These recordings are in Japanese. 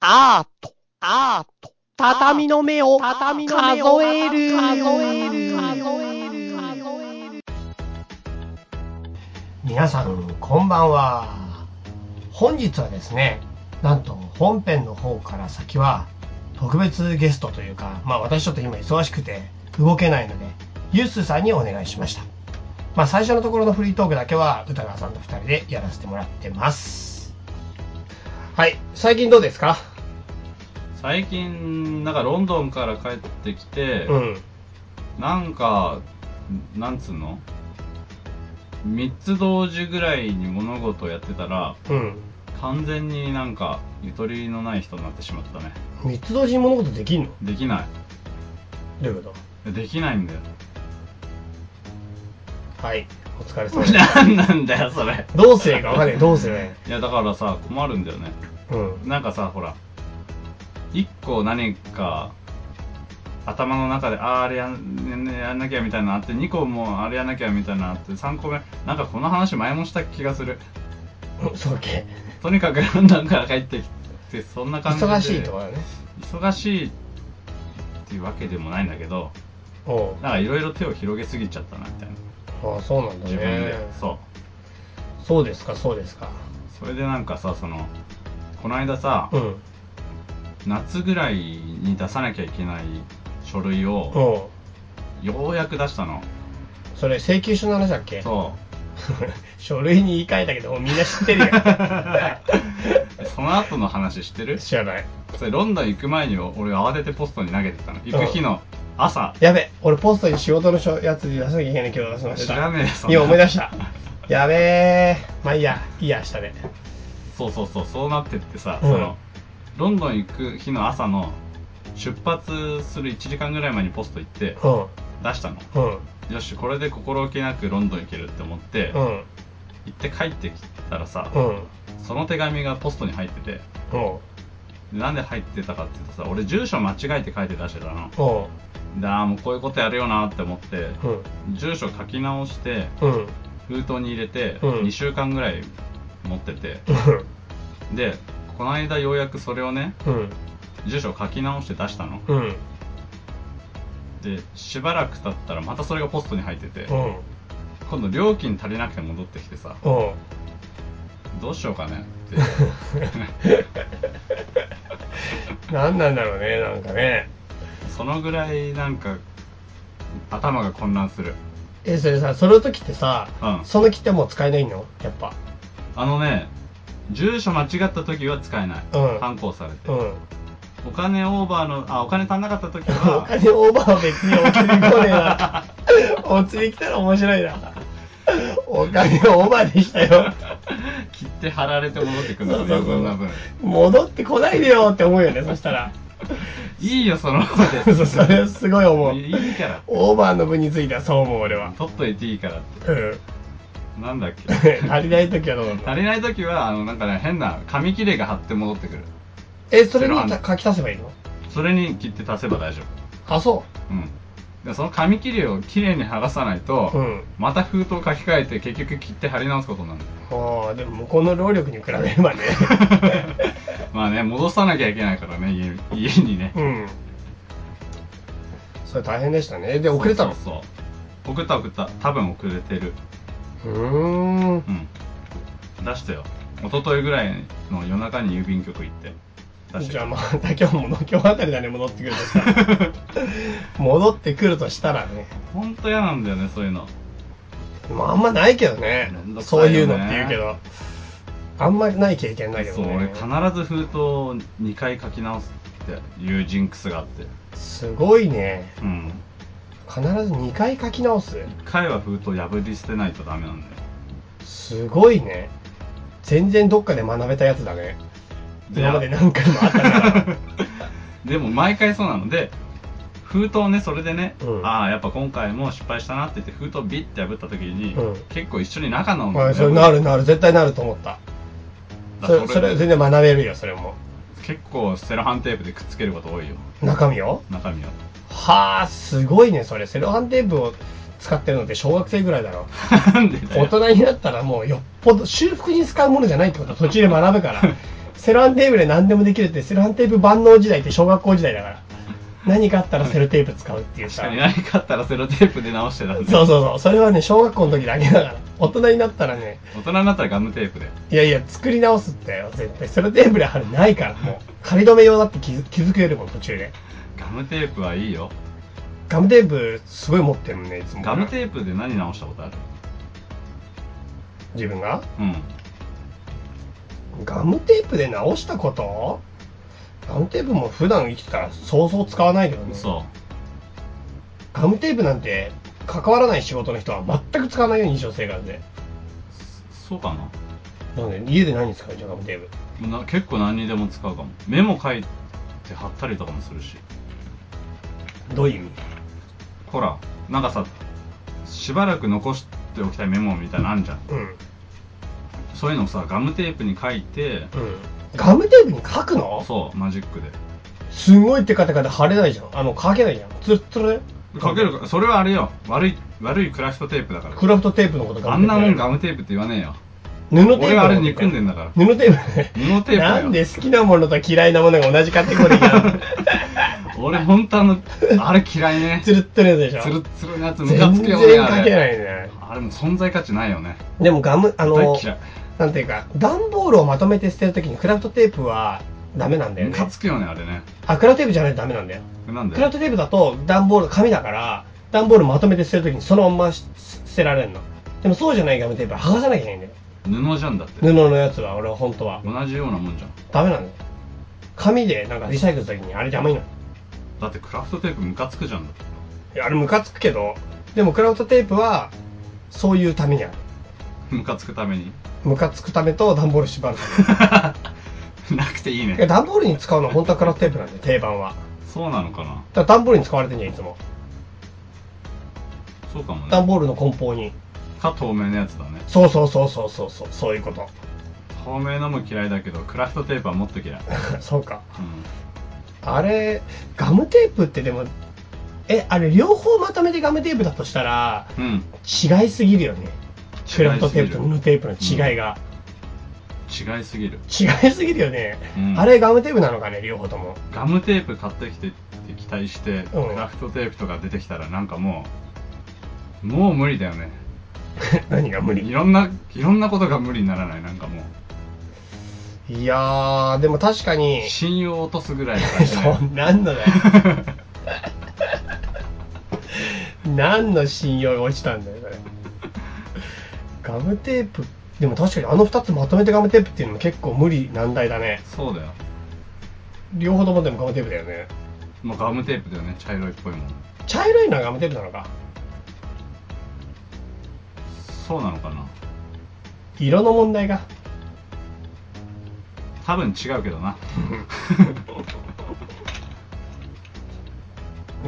アート、アート、畳の目を、畳の目を数える、数える、数える、数える。皆さんこんばんは本日はですねなんと本編の方から先は特別ゲストというかまあ私ちょっと今忙しくて動けないのでユースさんにお願いしましたまあ最初のところのフリートークだけは歌川さんと2人でやらせてもらってますはい最近どうですか最近、なんかロンドンから帰ってきて、うんなんか、なんつうの三つ同時ぐらいに物事をやってたら、うん完全になんか、ゆとりのない人になってしまったね。三つ同時に物事できんのできなどういうこい。できないんだよ。 とはいお疲れ様ですなんなんだよ、それ。どうすればいいか分かんないどうすればいいいや、だからさ、困るんだよね。うんなんかさ、ほら、一個何か、頭の中で、ああ、あれやん,、ね、やんなきゃみたいなのあって、二個もあれやんなきゃみたいなのあって、三個目、なんかこの話前もした気がする。そうだっけとにかくロンドンから帰ってきて、そんな感じで。忙しいとかだね忙しいっていうわけでもないんだけど、おうなんかいろいろ手を広げすぎちゃったな、みたいな。ああそうなんだ自分でね。そう。そうですかそうですかそれでなんかさ、その、この間さ、うん夏ぐらいに出さなきゃいけない書類を、おうようやく出したの。それ請求書の話だっけそ 書類に言い換えたけどもうみんな 知ってるよう。その後の話知ってる知らないそれロンドン行く前に俺慌ててポストに投げてたの。行く日の朝。やべ俺ポストに仕事の書やつ出さなきゃいけないけど出せまし知たらねえよそんな今思い出したやべえまあいいやいいや明日で そうそうそうそうなってってさ、うんそのロンドン行く日の朝の出発する1時間ぐらい前にポスト行ってうん出したのうんよしこれで心置きなくロンドン行けるって思って、う行んって帰ってきたらさ、うんその手紙がポストに入っててうんでなんで入ってたかっていうとさ俺住所間違えて書いて出してたのうんでああもうこういうことやるよなって思って、うん住所書き直してうん封筒に入れてうん2週間ぐらい持ってて、うんでこの間ようやくそれをねうん住所を書き直して出したのうんうんでしばらく経ったらまたそれがポストに入っててうん今度料金足りなくて戻ってきてさうんどうしようかねって 何なんだろうねなんかねそのぐらいなんか頭が混乱するえそれさその時ってさ、うんその切手もう使えないのやっぱあのね住所間違った時は使えない、うん反抗されて、うんお金オーバーのあお金足んなかった 時おは金オーバーは別にお釣り来ねえな お釣り来たら面白いなお金オーバーでしたよ切って貼られて戻ってくるんだそうそねう余そう分な分戻ってこないでよって思うよねそしたらいいよそのままそうそうそれはすごい思うでいいからオーバーの分についてはそう思う俺は取っといていいからっうん てなんだっけ足りない時はどうなんだ足りない時はあのなんかね変な紙切れが貼って戻ってくるえそれにた書き足せばいいのそれに切って足せば大丈あそ夫うんでその紙切れをきれいに剥がさないと、うんまた封筒書き換えて結局切って貼り直すことに なるうああでも向こうの労力に比べれ ばねまあね戻さなきゃいけないからね家に家にねうん。それ大変でしたね。で、遅れたのうそうそう送った送った多分遅れてるーん。うん出したよ一昨日ぐらいの夜中に郵便局行って出してじゃあまた今日も、今日あたりだね、戻ってくるとした ら。戻ってくるとしたらね。ほんと嫌なんだよねそういうのまああんまないけどねめんど。くさいそよねういうのって言うけど。あんまりない経験だけそどう俺ね。必ず封筒を2回書き直すっていうジンクスがあってすごいね。うん必ず2回書き直す。 1回は封筒破り捨てないとダメなんだよ すごいね。全然どっかで学べたやつだね。で今まで何回もあったから。でも毎回そうなので封筒をねそれでね、うんああやっぱ今回も失敗したなって言って封筒ビッて破った時に、うん結構一緒に仲直るんだよはい、ねそれなるなる、絶対なると思った。だそれ、そそれれ全然学べるよ、それも。結構セロハンテープでくっつけること多いよ中身を中身をはあすごいねそれセロハンテープを使ってるのって小学生ぐらいだろなんでだ大よ 人になったらもうよっぽど修復に使うものじゃないってこと途中で学ぶからセロハンテープで何でもできるって、セロハンテープ万能時代って小学校時代だから。何かあったらセロテープ使うっていう確さ。かに何かあったらセロテープで直してたんでそうそうそう。それはね、小学校の時だけだから。大人になったらね、大人になったらガムテープでいやいや、作り直すってよ、絶対。セロテープで貼るないから、もう。仮止め用だって気づ気づけるもん、途中で。ガムテープはいいよガムテープ、すごい持ってるもんね、いつも。ガムテープで何直したことある自分がうんガムテープで直したことガムテープも普段生きてたらそうそう使わないけどね。嘘ガムテープなんて関わらない仕事の人は全く使わないように日常生活で。そうかななんで家で何使うじゃん、ガムテープ。な結構何にでも使うかもメモ書いて貼ったりとかもするしどういう意味ほらなんかさしばらく残しておきたいメモみたいなのあんじゃんうん。そういうのをさガムテープに書いてうん。ガムテープに書くのそうマジックですごいテカテカで貼れないじゃん。あの、書けないじゃん。ツルッツルで書けるかそれはあれよ悪い悪いクラフトテープだからクラフトテープのことガあムんテーなプもんだガムテープって言わねえよよ布テープ俺はあれのこと憎んで言うんだから布テープね布テープだよなんで好きなものと嫌いなものが同じカテゴリーなの 俺本当あのあれ嫌いねツルッツルでしょつるつるのやつムカ全つく然よね書あけなれいねあれもう存在価値ないよねでもガムあの大嫌いなんていうか段ボールをまとめて捨てるときにクラフトテープはダメなんだよムねカつくよねあれねあクラフトテープじゃないとダメなんだよなんクでラフトテープだと段ボール紙だから段ボールまとめて捨てるときにそのまんまし捨てられるのでもそうじゃないガムテープは剥がさなきゃいけないんだよ布じゃんだって布のやつは俺は本当は同じようなもんじゃんダメなんだよ紙でなんかリサイクルするときにあれ邪魔になるだってクラフトテープムカつくじゃんだっていやあれムカつくけどでもクラフトテープはそういうためにあるムカつくために ムカつくためと段ボール縛るためなくていいいやね段ボールに使うのは本当はクラフトテープなんで定番はそうなのかなだから段ボールに使われてんじゃんいつもそうかも段ねボールの梱包にか透明のやつだねそうそうそうそうそうそうそういうこと 透明のも嫌いだけどクラフトテープはもっと嫌い、そうかうん、あれガムテープってでもえあれ両方まとめてガムテープだとしたらうん、違いすぎるよねクラフトテープと違い布すテープの違いが、ぎる違いすぎる違いすぎるよね、うんあれガムテープなのかね両方とも ガムテープ買ってきてって期待して、うんクラフトテープとか出てきたらなんかもうもう無理だよね何が無理いろんないろんなことが無理にならないなんかもいやーでも確かうに信用を落とすぐらいの感じ だそよう何のだよ何の信用が落ちたんだよそれガムテープでも確かにあの2つまとめてガムテープっていうのも結構無理難題だねそうだよ両方ともでもガムテープだよねもうガムテープだよね茶色いっぽいもん茶色いのはガムテープなのかそうなのかな色の問題が多分違うけどな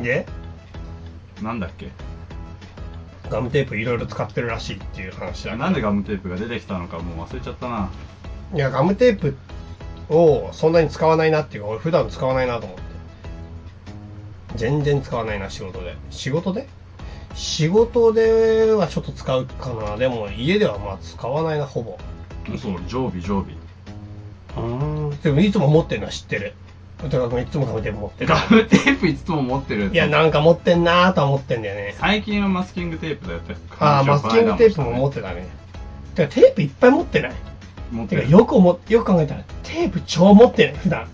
でなんだっけガムテープいろいろ使ってるらしいっていう話だけどなんでガムテープが出てきたのかもう忘れちゃったないやガムテープをそんなに使わないなっていうか俺普段使わないなと思って全然使わないな仕事で仕事で仕事ではちょっと使うかなでも家ではまあ使わないなほぼそう常備常備うんでもいつも持ってるのは知ってる歌川君いつもガムテープ持ってるガムテープいつも持ってるいやなんか持ってんなーとは思ってんだよね最近はマスキングテープだよってああマスキングテープも持ってたねてかテープいっぱい持ってない持っててかるよく思っよく考えたらテープ超持ってない普段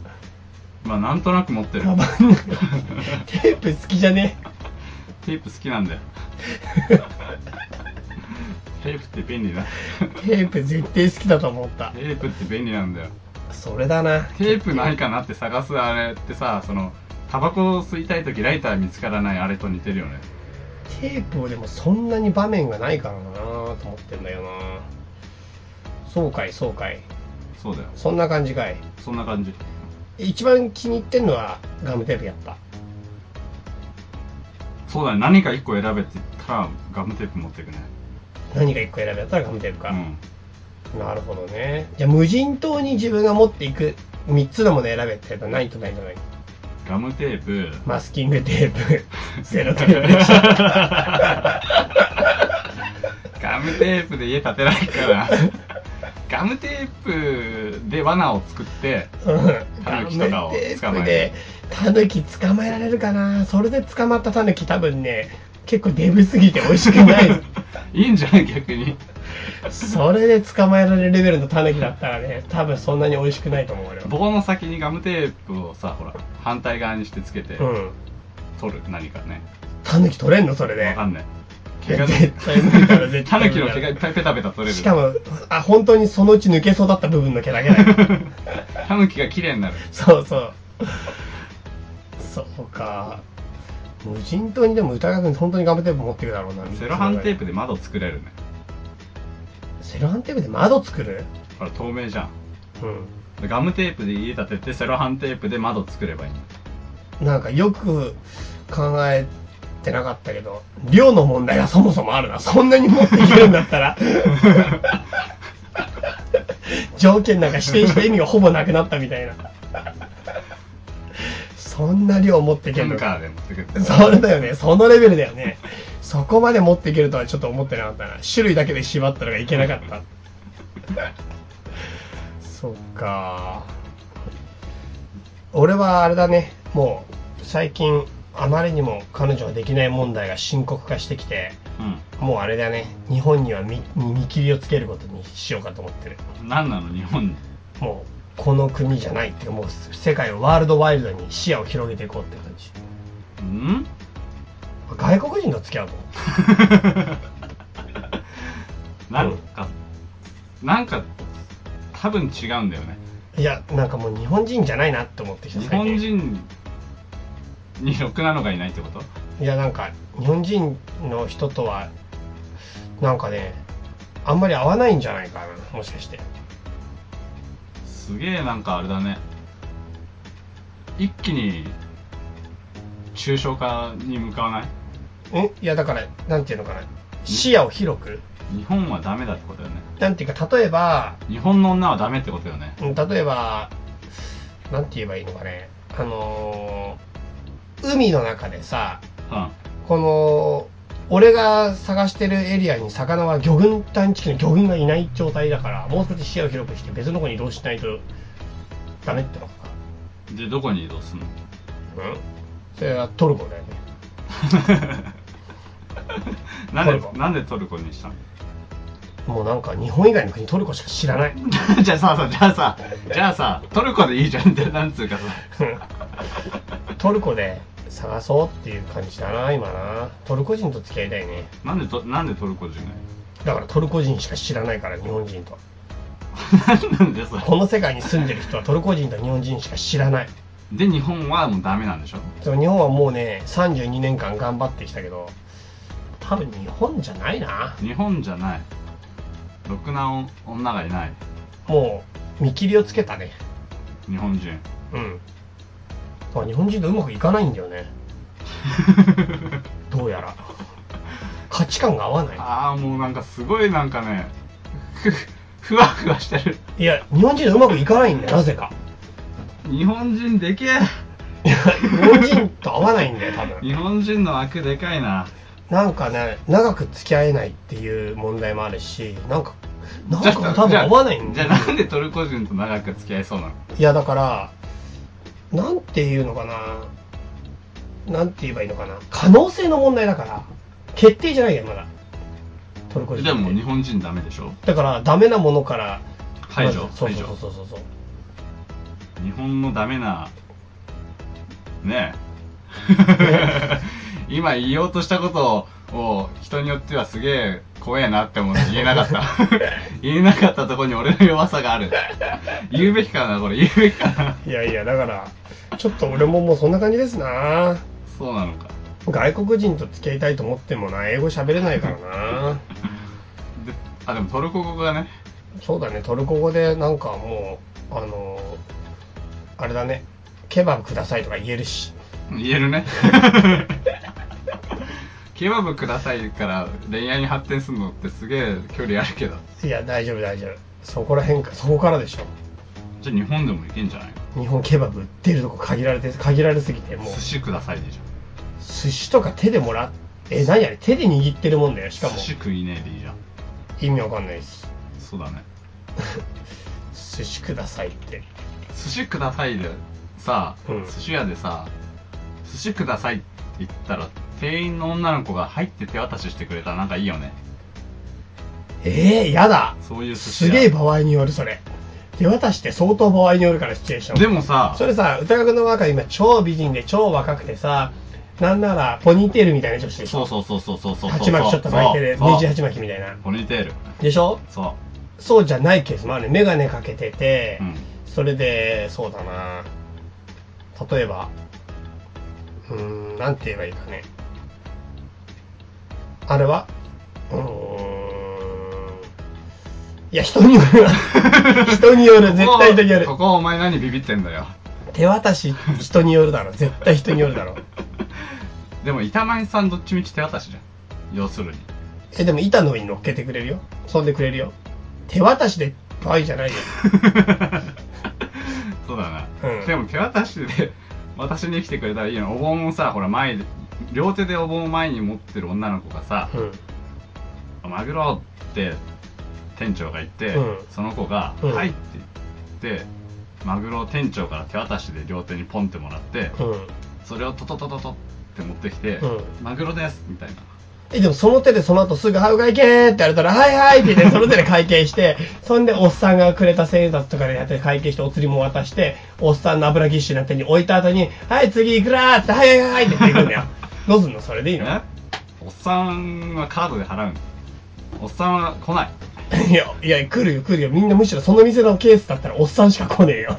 まあなんとなく持ってるカバンの中テープ好きじゃねテープ好きなんだ よテープって便利だテープ絶対好きだと思ったテープって便利なんだよそれだなテープないかなって探すあれってさそのタバコを吸いたい時ライター見つからないあれと似てるよねテープをでもそんなに場面がないからなーと思ってんだよなそうかいそうかいそうだよそんな感じかいそんな感じ一番気に入ってんのはガムテープやったそうだね何か一個選べって言ったらガムテープ持ってくね何が一個選べたらガムテープうか、んなるほどねじゃあ無人島に自分が持っていく3つのもの選べって言ったら何と何と何ガムテープマスキングテー プセロテープでしょガムテープで家建てないからガムテープで罠を作って、タタヌキとかを捕まえるタヌキ捕まえられるかなそれで捕まったタヌキ多分ね結構デブすぎて美味しくない いいんじゃない逆に。それで捕まえられるレベルのタヌキだったらね多分そんなに美味しくないと思う俺は棒の先にガムテープをさ、ほら、反対側にしてつけて、うん取る、何かね。タヌキ取れんのそれわでかんない。毛が、絶対無理だろ絶タ対無ヌキ理だのろ毛がいっぱいペタペタ取れる。しかもあ本当にそのうち抜けそうだった部分の毛だけだよ タヌキが綺麗になる。そうそうそうか無人島にでも歌川君本当にガムテープ持ってるだろうなセロハンテーププで窓作れるね。セロハンテープで窓作るほら、透明じゃん。うガムテープで家建てて、セロハンテープで窓作ればいいの。んなんかよく考えてなかったけど量の問題がそもそもあるなそんなに持っていけるんだったら条件なんか指定した意味がほぼなくなったみたいなそんな量持っていけケるンのかカーで持ってくる。それだよねそのレベルだよねそこまで持っていけるとはちょっと思ってなかったな種類だけで縛ったのがいけなかったそっか俺はあれだねもう最近あまりにも彼女はできない問題が深刻化してきてうもうあれだね日本には見見切りをつけることにしようかと思ってるん。なんなの、日本に。もうこの国じゃないっていうかもう世界をワールドワイルドに視野を広げていこうって感じん外国人と付き合うと思うなんか、なんか、多分違うんだよね。いやなんかもう日本人じゃないなって思ってきた日最近本人にろくなのがいないってこといやなんか日本人の人とはなんかねあんまり合わないんじゃないかなもしかしてすげえなんかあれだね。一気に、抽象化に向かわないんいやだからなんていうのかな視野を広く日本はダメだってことだよね。なんていうか例えば日本の女はダメってことだよね。うん例えばなんて言えばいいのかねあのー海の中でさうん。この俺が探してるエリアに魚は魚群探知機の魚群がいない状態だからもう少し視野を広くして別の子に移動しないとダメってのかで、どこに移動するのうんそれはトルコだよね なトんルコで、なんでトルコにしたのもうなんか日本以外の国トルコしか知らない じゃあさ、じゃあさ、じゃあさ、トルコでいいじゃんって、なんつうかさ。トルコで探そうっていう感じだな今なトルコ人と付き合いたいね なんでと、なんでトルコじゃないだからトルコ人しか知らないから日本人と なんでそれこの世界に住んでる人はトルコ人と日本人しか知らないで日本はもうダメなんでしょでも日本はもうね32年間頑張ってきたけど多分日本じゃないな日本じゃないろくな女がいないもう見切りをつけたね日本人 うんだから日本人とうまくいかないんだよねどうやら価値観が合わないああもうなんかすごいなんかねふふわふわしてるいや、日本人とうまくいかないんだよ、なぜか。日本人でけえいや日本人と合わないんだよ、多分。日本人の枠でかいななんかね、長く付き合えないっていう問題もあるし、なんか、なんじゃかあ多じ分ゃあ合わないんじだゃあよ。なんでトルコ人と長く付き合いそうなのいや、だから、なんていうのかな。なんて言えばいいのかな。可能性の問題だから、決定じゃないよ、まだ。トルコ人でもっ日て。本人ダメでしょだから、ダメなものから、排除まずそう排そう除そうそうそう。日本のダメなねえ 今言おうとしたことを人によってはすげえ怖えなって思って言えなかった 言えなかったところに俺の弱さがある言うべきかなこれ言うべきかないやいや、だから、ちょっと俺ももうそんな感じですな。そうなのか外国人と付き合いたいと思ってもな英語喋れないからな であでもトルコ語がねそうだねトルコ語でなんかもうあのあれだねケバブくださいとか言えるし言えるねケバブくださいから恋愛に発展するのってすげえ距離あるけどいや大丈夫大丈夫そこら辺かそこからでしょじゃあ日本でもいけんじゃない日本ケバブ売ってるとこ限られて限られすぎてもう寿司くださいでしょ寿司とか手でもらっえ何あれ手で握ってるもんだよしかも寿司食いねえでいいじゃん意味わかんないですそうだね寿司くださいって寿司くださいでさ、うん寿司屋でさ寿司くださいって言ったら店員の女の子が入って手渡ししてくれたらなんかいいよねええー、やだそういう寿司す屋げえ場合によるそれ手渡しって相当場合によるからシチュエーションでもさそれさ歌楽の若い今超美人で超若くてさなんならポニーテールみたいな女子でしそょうそうそうそうそうそうそう鉢巻きちょっと巻いてるそうネジ鉢巻きみたいなポニーテールでしょそそうじゃないケースもあるね眼鏡かけてて、う、う ん、それでそうだな例えばうーんなんて言えばいいかねあれはうーんいや人によるわ人による絶対人によるここここお前何ビビってんだよ手渡し人によるだろ絶対人によるだろでも板前さんどっちみち手渡しじゃん要するに えでも板の上に乗っけてくれるよそんでくれるよ手渡しで場合じゃないよそうだな、うんでも手渡しで私に来てくれたらいいのお盆をさほら前で両手でお盆を前に持ってる女の子がさう「んマグロ」って店長が言って、うんその子が「うんはい」って言ってマグロを店長から手渡しで両手にポンってもらってうんそれをトトトトトって持ってきて「うんマグロです」みたいなえ、でもその手でその後すぐ、はい、お会計って言われたら、はいはいって言 って、その手で会計して、そんでおっさんがくれた千円札とかでやって会計して、お釣りも渡して、おっさんの油ぎっしゅな手に置いた後に、はい次いくらーって、はいはいはいって言ってくんだよ。 どうすんのそれでいいのえおっさんはカードで払うのおっさんは来ないいや、いや、来るよ来るよ。みんなむしろその店のケースだったらおっさんしか来ねえ よ。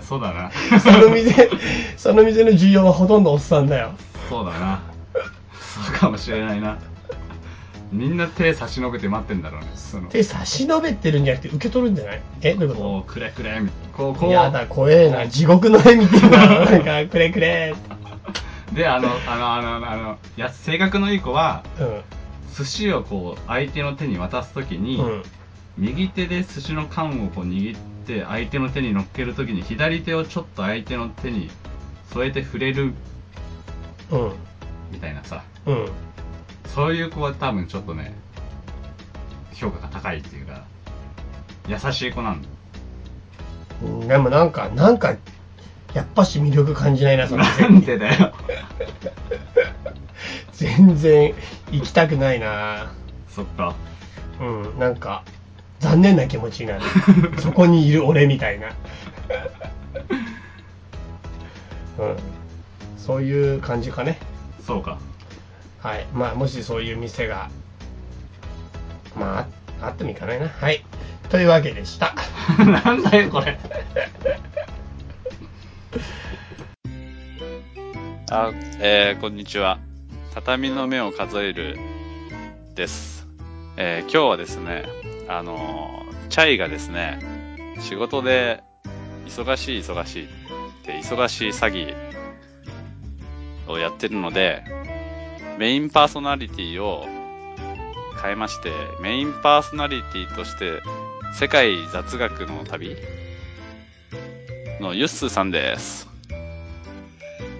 そうだ なその店、その店の需要はほとんどおっさんだよ。そうだなそうかもしれないなみんな手差し伸べて待ってんだろうねその手差し伸べてるんじゃなくて受け取るんじゃないえ、どういうことこうくれくれみこうこうやだ、怖えな。地獄の絵みたい な。なんか、くれくれって。であのあのあのあのあのいや性格のいい子はうん。寿司をこう相手の手に渡す時に、うん、右手で寿司の缶をこう握って相手の手に乗っける時に左手をちょっと相手の手に添えて触れるうん、みたいなさうん。そういう子は多分ちょっとね評価が高いっていうか優しい子なんだうんでもなんか、なんか、やっぱし魅力感じないな、そ の な店んでだよ全然行きたくないな。そっかうん、なんか、残念な気持ち になる。そこにいる俺みた いな。うん。そういう感じかね。そうかはい。まあ、もしそういう店が、まあ、あってもいかないな。はい。というわけでした。 なんだよこれあ、えーこんにちは。畳の目を数えるです。えー今日はですね、あのーチャイがですね、仕事で忙しい忙しいって忙しい詐欺をやってるので、メインパーソナリティを変えまして、メインパーソナリティとして世界雑学の旅のユッスーさんです。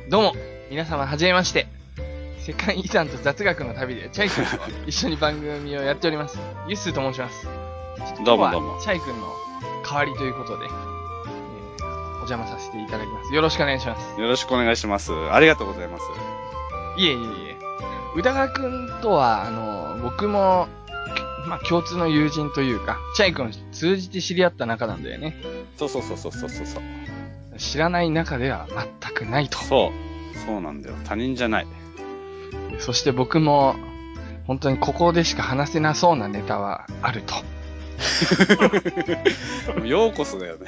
どうも、皆様はじめまして。世界遺産と雑学の旅でチャイ君と一緒に番組をやっております。ユッスーと申します。どうも今日はどうも。チャイ君の代わりということで、えーお邪魔させていただきます。よろしくお願いします。よろしくお願いします。ありがとうございます。いえいえいえ。宇田川君とは、あの、僕も、まあ、共通の友人というか、チャイ君を通じて知り合った仲なんだよね。そうそうそうそうそうそうそう。知らない中では全くないと。そう。そうなんだよ。他人じゃない。そして僕も、本当にここでしか話せなそうなネタはあると。ようこそだよね。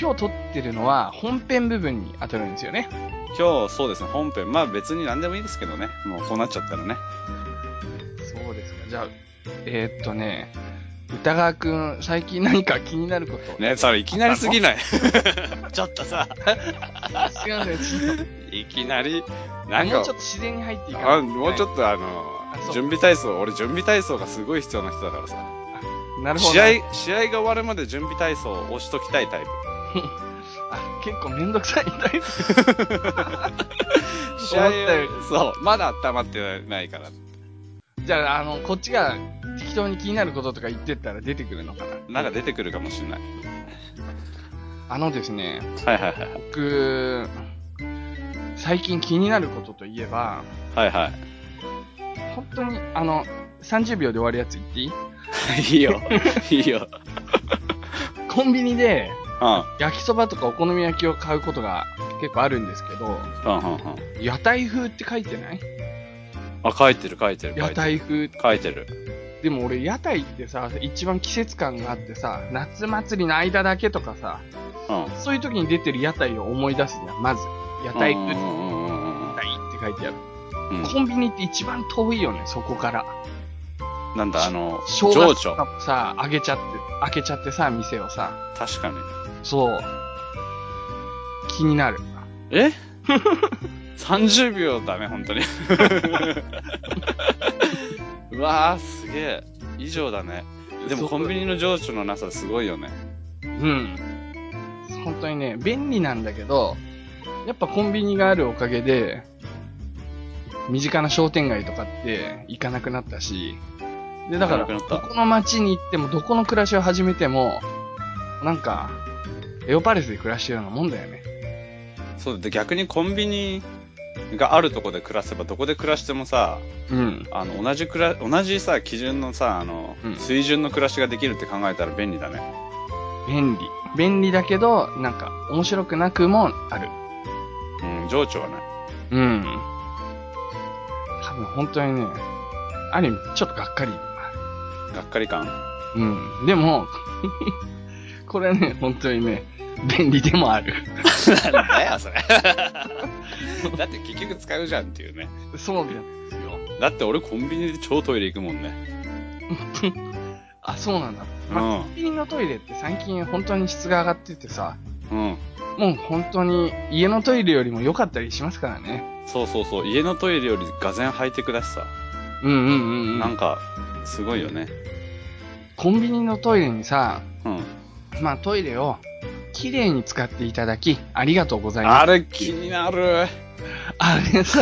今日撮ってるのは本編部分に当たるんですよね。今日、そうですね、本編。まあ別に何でもいいですけどね。もうこうなっちゃったらね。そうですか。じゃあ、えーっとね、歌川くん、最近何か気になること。ね、それいきなりすぎない。ちょっとさ、すいません、ちょっいきなり、なと、んもかうちょ、っと自然に入っていかないあもうちょとっとあのあそう、準備体操、俺準備体操がすごい必要な人だからさ。いけない。なるほど。試合、試合が終わるまで準備体操を押しときたいタイプ。あ結構めんどくさいみ たいです。試合思ったより、そう、まだ温まってないから。じゃあ、あの、こっちが適当に気になることとか言ってったら出てくるのかな。なんか出てくるかもしれない。あのですね、はいはいはい。僕、最近気になることといえば、はいは本当に、あの、30秒で終わるやつ言ってい い。いいいよ。いいよ。コンビニでうん。うん焼きそばとかお好み焼きを買うことが結構あるんですけど、うんうん。屋台風って書いてないあ、書いてる書いてる。書屋いてる。台風。書いてる。でも俺屋台ってさ、一番季節感があってさ、夏祭りの間だけとかさ、うん。そういう時に出てる屋台を思い出すじゃん、まず。屋台うん風、う屋んうんうん台って書いてある。うんうん。コンビニって一番遠いよね、そこから。なんだ、あの、正情緒月。とかもさ、あげちゃって、開けちゃってさ、店をさ。確かに。そう。気になる。 え ?30 秒だね、 本当に。うわー、すげえ。以上だね。でそもうコンビニの情緒のなさすごいよね。うん。本当にね、便利なんだけど、やっぱコンビニがあるおかげで、身近な商店街とかって行かなくなったし、で、だから、行かなくどなったこの街に行っても、どこの暮らしを始めても、なんか、エオパレスで暮らしてるようなもんだよね。そうで、逆にコンビニがあるとこで暮らせば、どこで暮らしてもさ、うん。あの、同じくら、同じさ、基準のさ、あの、うん水準の暮らしができるって考えたら便利だね。便利。便利だけど、なんか、面白くなくもある。うん、情緒はね。うん。多分本当にね、ある意味、ちょっとがっかり。がっかり感。うん。でも、 これね、本当にね、便利でもある。 なんだよ、それ。 だって結局使うじゃんっていうね。そうなんですよ。だって俺コンビニで超トイレ行くもんね。あ、そうなんだ。うまあ、んコンビニのトイレって最近本当に質が上がっててさ、うん。もう本当に家のトイレよりも良かったりしますからね。そうそうそう。家のトイレよりがぜんハイテクだしさ。うんうんうんうなんん。か、すごいよね。コンビニのトイレにさ、うん。まあトイレを綺麗に使っていただき、ありがとうございます。あれ気になる。あれさ、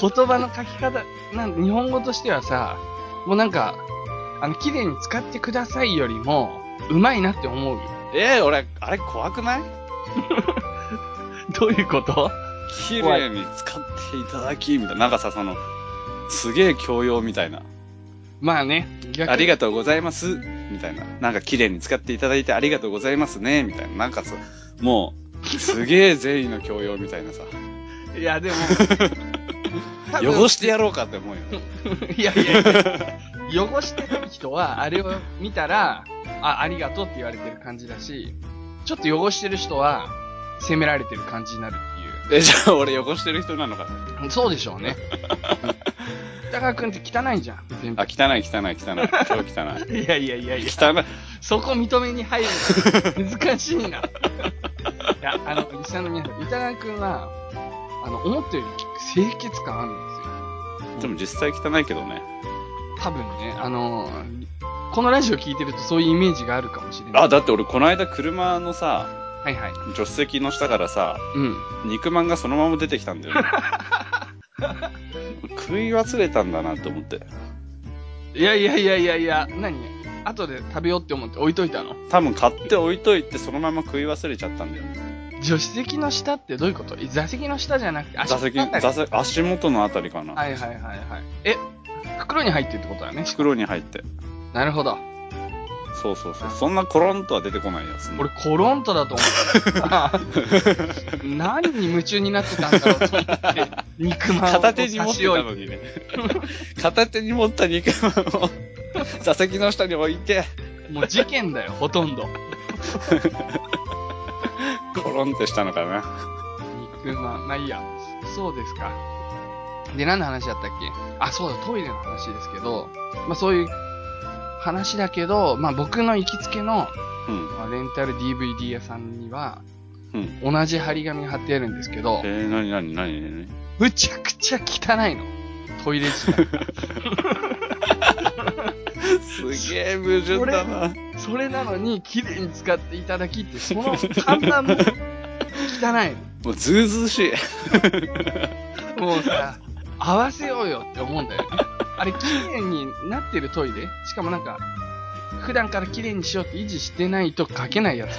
言葉の書き方、なん日本語としてはさ、もうなんか、あの、綺麗に使ってくださいよりも、うまいなって思う。えー、俺、あれ怖くないどういうこと綺麗に使っていただき、みたいな。なんかさ、その、すげえ教養みたいな。まあね、逆ありがとうございます、みたいな。なんか綺麗に使っていただいてありがとうございますね、みたいな。なんかさ、もう、すげえ善意の教養みたいなさ、いや、でも、多分汚してやろうかって思うよね。いやいやいや、汚してない人は、あれを見たら、あ、ありがとうって言われてる感じだし、ちょっと汚してる人は、責められてる感じになるっえ、じゃあ俺汚してる人なのかなていう。そうでしょうね。北川くんって汚いじゃん、全部あ、。汚い汚い汚い。超汚い。いやいやいやいや。汚い。そこ認めに入るの難しいな。いや、あの、リスナーの皆さん、板川くんは、あの、思ったより清潔感あるんですよ。でも実際汚いけどね。多分ね、あの、このラジオ聞いてるとそういうイメージがあるかもしれない。あ、だって俺この間車のさ、はいはい。助手席の下からさ、うん。肉まんがそのまま出てきたんだ よね。食い忘れたんだなって思って。いやいやいやいやいや、何後で食べようって思って置いといたの多分買って置いといてそのまま食い忘れちゃったんだよね。助手席の下ってどういうことえ座席の下じゃなくて、足座席、の下座席、足元のあたりかな。はいはいはいはい。え、袋に入ってるってことだね。袋に入って。なるほど。そうそうそう。そんなコロンとは出てこないやつ。俺、コロンとだと思 う。何に夢中になってたんだろうと思って、肉まんを片手に持差ってした置いのにね。片手に持った肉まんを 座席の下に置いて、もう事件だよ、ほとんど。コロンってしたのかな。肉まん、まあいいや。そうですか。で、何の話だったっけあ、そうだ、トイレの話ですけど、まあそういう話だけど、まあ僕の行きつけの、うん。まあレンタル DVD 屋さんには、うん。同じ張り紙が貼ってあるんですけどえ、ー、なになになになにむちゃくちゃ汚いの。トイレ自体。すげえ矛盾だな。それなのに、綺麗に使っていただきって、その看板も汚い。もうずうずうしい。もうさ、合わせようよって思うんだよね。あれ、綺麗になってるトイレしかもなんか、普段から綺麗にしようって維持してないと書けないやつ。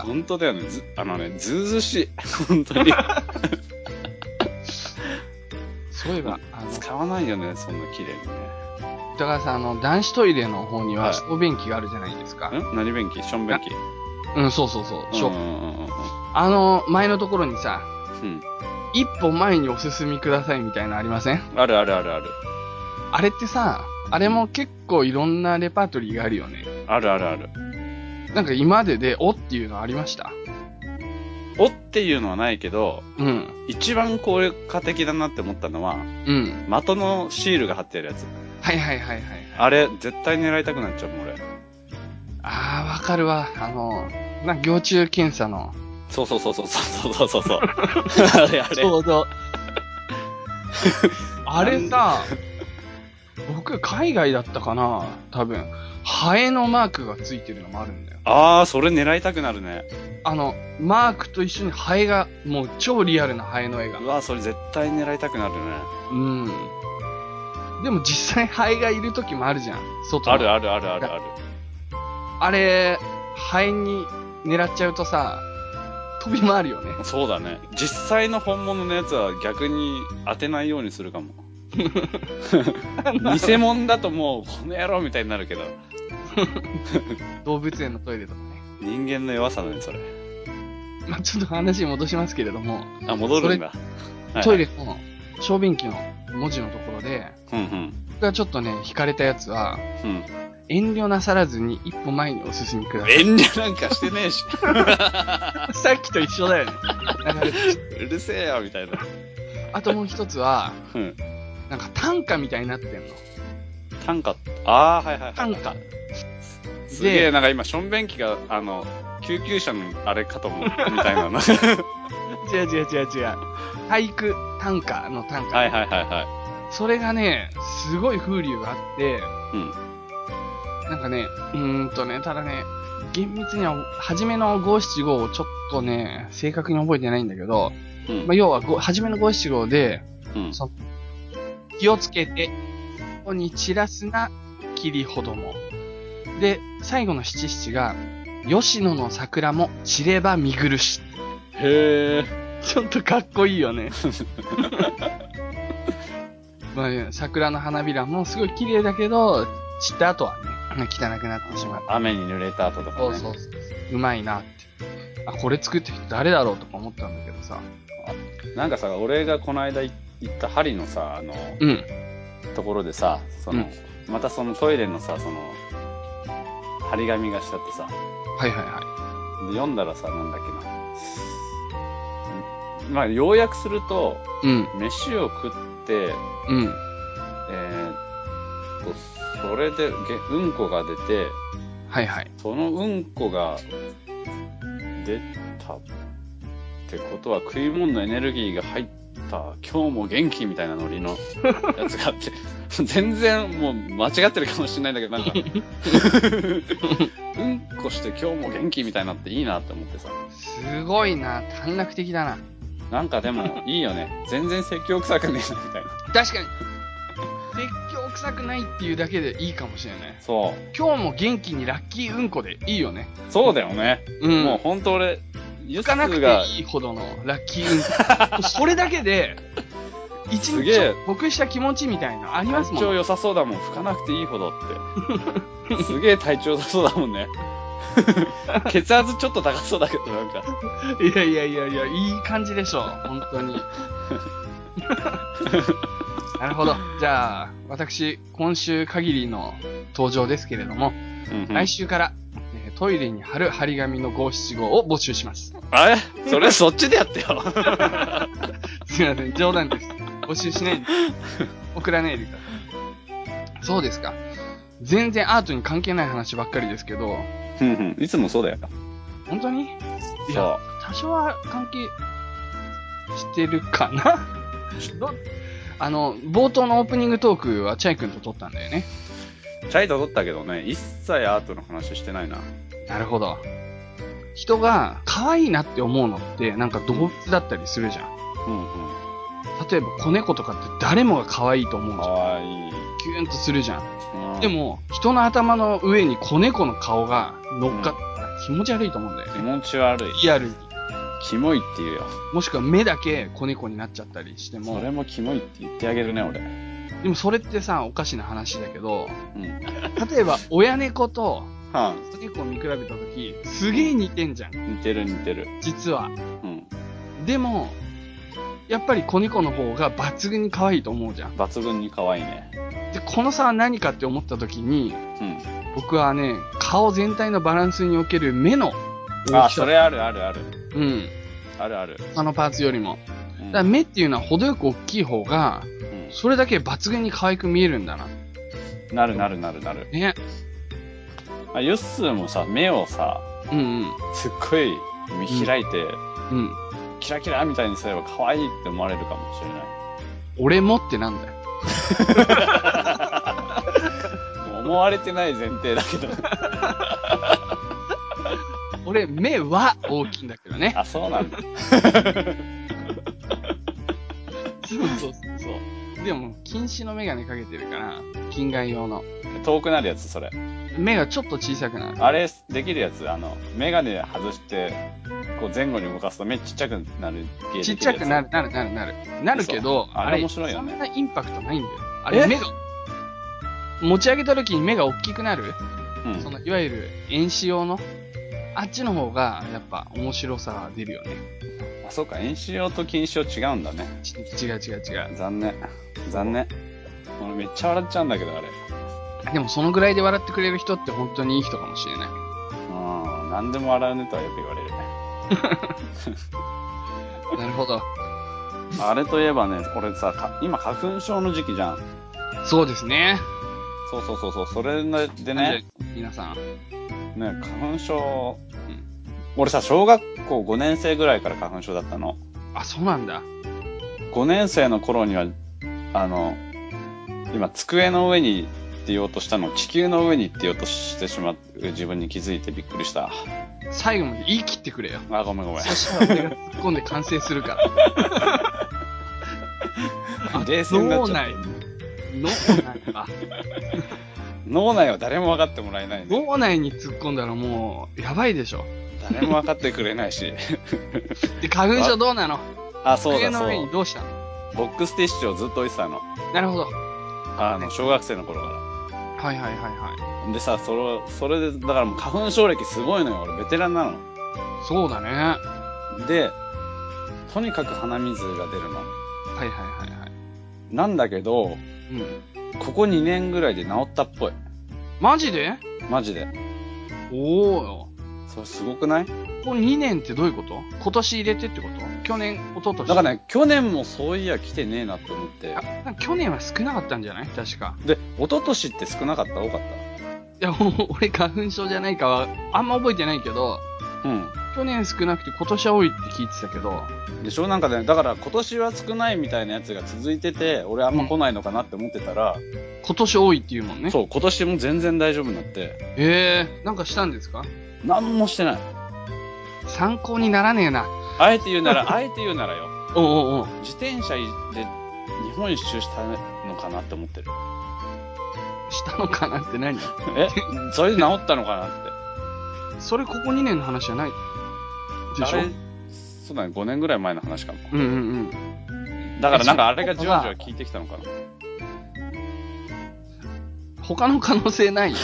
本当だよね。ずあのね、ずうずうしい。 本当に。そういえば、あの、使わないよね、そんな綺麗にね。北川さん、あの、男子トイレの方には、はい小便器があるじゃないですか。ん何便器ション便器うん、そうそうそう。しょうんうんうんうんあの、前のところにさ、うん。一歩前にお進みくださいみたいなのありませんあるあるあるある。あれってさ、あれも結構いろんなレパートリーがあるよね。あるあるある。なんか今までで、おっていうのありましたおっていうのはないけど、うん。一番効果的だなって思ったのは、うん。的のシールが貼ってあるやつ。はいはいはいはい。あれ、絶対狙いたくなっちゃうもん、俺。あー、わかるわ。あの、なんか行中検査の、そうそうそうそうそうそうそうそう。 あれあれ。うど。 あれさ、僕、海外だったかな多分。ハエのマークがついてるのもあるんだよ。ああ、それ狙いたくなるね。あの、マークと一緒にハエが、もう超リアルなハエの絵がう。わ、それ絶対狙いたくなるね。うん。でも実際ハエがいる時もあるじゃん。外のあるあるあるあるある。あれ、ハエに狙っちゃうとさ、飛び回るよね。そうだね。実際の本物のやつは逆に当てないようにするか も。偽物だともう、この野郎みたいになるけど。動物園のトイレとかね。人間の弱さだね、それ。まあ、ちょっと話に戻しますけれども、あ、戻るんだ。はいトイ。レの小便器の文字のところで、うんうん。僕がちょっとね、惹かれたやつは、うん。遠慮なさらずに一歩前にお進みください。遠慮なんかしてねえし。 さっきと一緒だよね。うるせえよ、みたいな。あともう一つは、うん。なんか短歌みたいになってんの。短歌。ああ、はいはいはい。短歌。すげえ、なんか今、しょんべん器が、あの、救急車のあれかと思う、みたい なの。はい違う違う違う違う。俳句、短歌の短歌。はいはいはそれがね、すごい風流があって、い。うん。なんかね、うーんとね、ただね、厳密には、初めの五七五をちょっとね、正確に覚えてないんだけど、うんまあ、要はご、初めの五七五で、うんその気をつけて、ここに散らすな、霧ほども。で、最後の七七が、吉野の桜も散れば見苦し。へえ。ちょっとかっこいいよね。 まあね、桜の花びらもすごい綺麗だけど、散った後はね、汚くなってしまう。雨に濡れた後とかね。うまいなって。あ、これ作った人誰だろうとか思ったんだけどさ。なんかさ、俺がこの間い行った針のさ、あの、うん。ところでさ、その、またそのトイレのさ、その、張り紙がしてあってさ、はいはいはで読んだらさ、なんだっけな。んまあ、要約すると、い。うん。飯を食って、うん。えーっと、それで、げうんこが出て、はいはい。そのうんこが出たってことは食い物のエネルギーが入った今日も元気みたいなノ リのやつがあって全然もう間違ってるかもしれないんだけどなんかうんこして今日も元気みたいになっていいなって思ってさすごいな。短絡的だな。なんかでもいいよね全然説教臭くねえなみたいな確かに。説教臭くないっていうだけでいいかもしれない。そう今日も元気にラッキーうんこでいいよね。そうだよね、うん。もうほんと俺ユつスがかなくていいほどのラッキーうんこ。 それだけで、一すげえ日得した気持ちみたいな、あります体も調ん。良さそうだもん。吹かなくていいほどって。すげえ体調良さそうだもんね。 血圧ちょっと高そうだけど、なんか。いやいやいやいや、いい感じでしょう。本当に。なるほど。じゃあ、私、今週限りの登場ですけれども、来週から、えートイレに貼る張り紙の五七五を募集します。 あれそれそっちでやってよ。すいません、冗談です。募集しないで。送らないでください。そうですか。全然アートに関係ない話ばっかりですけど、いつもそうだよ。本当にいやそ、多少は関係してるか などあの、冒頭のオープニングトークはチャイ君と撮ったんだよね。う。チャイと取ったけどね、一切アートの話してないな。なるほど。人が可愛いなって思うのって、なんか動物だったりするじゃん。うんうん。例えば子猫とかって誰もが可愛いと思うかじゃん。わいい。キューンとするじゃん。うんで、も、人の頭の上に子猫の顔が乗っかったら気持ち悪いと思うんだよ気ね。持ち悪い。リアルに。キモいって言うよ。もしくは目だけ子猫になっちゃったりしてそも、れもキモいって言ってあげるね、俺。でもそれってさ、おかしな話だけど、うん。例えば親猫とはん。子猫を見比べたとき、すげえ似てんじゃ似ん、てる似てる。実は。うん。でも、やっぱり子猫の方が抜群に可愛いと思うじゃん。抜群に可愛いね。で、この差は何かって思った時に、うん。僕はね、顔全体のバランスにおける目のあ大ー、きそさ。れあるあるある。うん。あるある。他のパーツよりも。うんだから目っていうのは程よく大きい方が、うんそれだけ抜群に可愛く見えるんだな。なるなるなるなる。ね。あユッスーもさ、目をさ、うんうん。すっごい見開いて、うん。キラキラみたいにすれば可愛いって思われるかもしれない。俺もってなんだよ。思われてない前提だけど。 俺、目は大きいんだけどね。あ、そうなんだ。そうそうそうそう。でも、近視の眼鏡かけてるから、近眼用の。遠くなるやつ、それ。目がちょっと小さくなる。あれ、できるやつ、あの、メガネ外して、こう前後に動かすと目ちっちゃくなる芸ちっちゃくなる、なる、なる、なる。なるけど、嘘あれ面白いよねそんなインパクトないんだよ。あえれ、目が、持ち上げた時に目が大きくなる、うんその、いわゆる遠視用の、あっちの方が、やっぱ、面白さは出るよね。あ、そうか、遠視用と近視用違うんだね。ち違う違う違う。残念。残念。俺めっちゃ笑っちゃうんだけど、あれ。でも、そのぐらいで笑ってくれる人って本当にいい人かもしれない。うん、何でも笑うねとはよく言われる。なるほど。あれといえばね、俺さ、か今花粉症の時期じゃん。そうですね。そうそうそうそう、それでね、皆さん。ね、花粉症、うん俺さ、小学校5年生ぐらいから花粉症だったの。あ、そうなんだ。 5年生の頃には、あの、今、机の上にって言おうとしたのを、地球の上にって言おうとしてしまう自分に気づいてびっくりした。最後まで言い切ってくれよ。あ、ごめんごめん。そしたら俺が突っ込んで完成するから。冷静になっちゃった脳内。脳内か。脳内は誰も分かってもらえないんで、脳内に突っ込んだらもう、やばいでしょ。誰も分かってくれない し。で、花粉症どうなのあ、そう机だのそ上にう。どうしたのボックスティッシュをずっと置いてたの。なるほど。はいあの、小学生の頃から。はいはいはでさ、それ、それで、だからもう花粉症歴すごいのよ。俺ベテランなの。い。そうだね。はで、とにかく鼻水が出るの。いはいはいはい。なんだけど、うん。ここ2年ぐらいで治ったっぽい。マジでマジで。おおよ。それすごくないこれ2年ってどういうこと今年入れてってこと去年、一昨年。だからね、去年もそういや来てねえなって思ってあ。。なんか去年は少なかったんじゃない確か。で、一昨年って少なかった多かっいや、もう俺花粉症じゃないかは、あんま覚えてないけど、たうん。去年少なくて今年は多いって聞いてたけど、でしょなんかね、だから今年は少ないみたいなやつが続いてて、俺あんま来ないのかなって思ってたら、今年多いって言うもんね。そう、今年も全然大丈夫になって、ええー、なんかしたんですかなんもしてない。参考にならねえな。あえて言うなら、あえて言うならよ。おうおうおう自転車で日本一周したのかなって思 ってる。したのかなって何えそれで治ったのかなって。それここ2年の話じゃないでしあょれそうだね、5年ぐらい前の話かも。うんうんだからなんかあれがじわじわ効いてきたのかな。うん。他の可能性 ない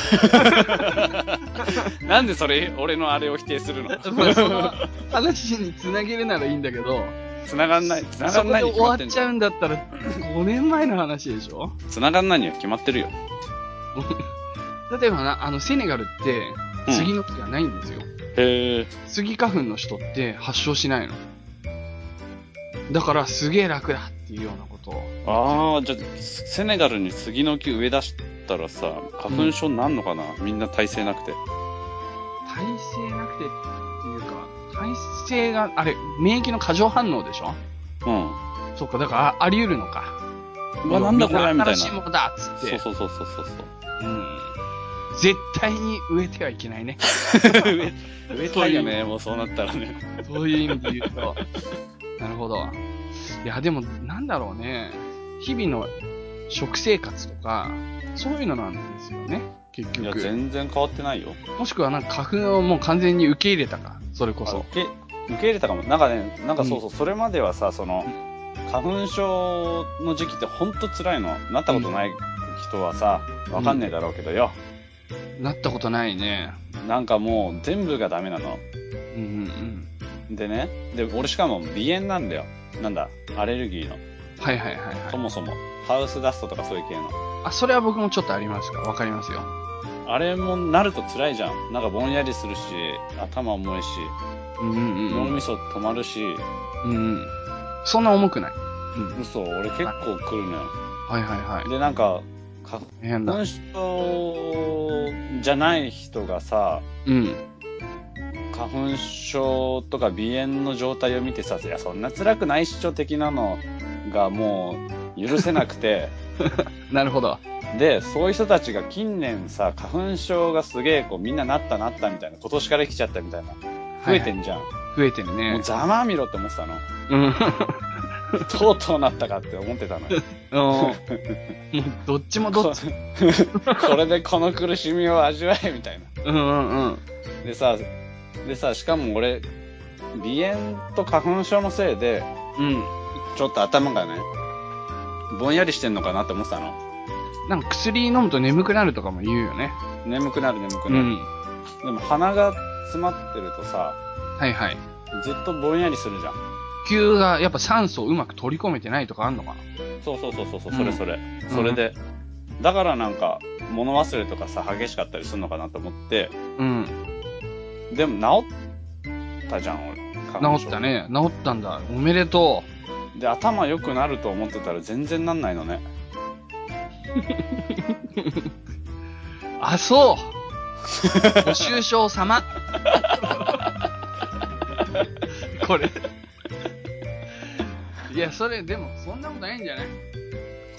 なんでそれ、俺のあれを否定するのまあその話につなげるならいいんだけど、繋がんない、繋がそんこなでいに決終まわってっんちじゃゃん。うんだったら、5年前の話でしょ繋がんないには決まってるよ。例えばな、あの、セネガルっうて、ん杉の木がないんですよ。へえ。スギ花粉の人って発症しないの。だからすげえ楽だっていうようなことを。ああ、じゃあ、セネガルに杉の木植え出したらさ、花粉症なんのかな、みんな耐性なくて。耐性なくてっていうか、耐性が、あれ、免疫の過剰反応でしょうん。そっか、だからああり得るのか。うわ、なんだこれみたいな。新しいそものだっつって。うそうそうそうそうそう。うん。絶対に植えてはいけない ね。植え植えたいよね、もうそうなったらね。そういう意味で言うと。なるほど。いや、でも、なんだろうね。日々の食生活とか、そういうのなんですよね。結いや、局。全然変わってないよ。もしくは、なんか花粉をもう完全に受け入れたか。それこあそ受。け受け入れたかも。なんかね、なんかそうそう、それまではさ、その、花粉症の時期ってほんと辛いの。なったことない人はさ、わかんねえだろうけどよ。なったことないね。なんかもう全部がダメなの。うんうんうん。でね、で、俺しかも鼻炎なんだよ。なんだ、アレルギーの。はいはいはいはそい。もそも。ハウスダストとかそういう系の。あ、それは僕もちょっとありますから、わかりますよ。あれもなると辛いじゃん。なんかぼんやりするし、頭重いし、うんうんうん脳うんみそ止まるし、うんうん。そんな重くない。うん。嘘、俺結構来るのよ。はいはいはい。で、なんか、花大変だ粉。症じゃない人がさ、うん。花粉症とか鼻炎の状態を見てさ、いや、そんな辛くないっしょ的なのがもう許せなくて、 なるほど。で、そういう人たちが近年さ、花粉症がすげえ、こう、みんななったなったみたいな、今年から来ちゃったみたいな、増えてんじゃん。増えてるもねう。ざまあみろって思ってたの。 うん。うんとうとうなったかって思ってたのよ。もうどっちもどっち。これでこの苦しみを味わえみたいな。うんうんうん。でさ、でさ、しかも俺、鼻炎と花粉症のせいで、うん。ちょっと頭がね、ぼんやりしてんのかなって思ってたの。なんか薬飲むと眠くなるとかも言うよね。眠くなる眠くうなる。ん。でも鼻が詰まってるとさ、はいはい。ずっとぼんやりするじゃん。呼吸がやっぱ酸素をうまく取り込めてないとかあんのかなそうそうそうそうそう、うんそれそれ。それで、だからなんか、物忘れとかさ、激しかったりするのかなと思って、うん。でも治ったじゃん、俺。花粉治症った。ね。治ったんだ。おめでとで、頭良くなると思ってたら全然なんないの ね。う。あ、 そうご愁傷様。これ。いや、それ、でも、そんなことないんじゃない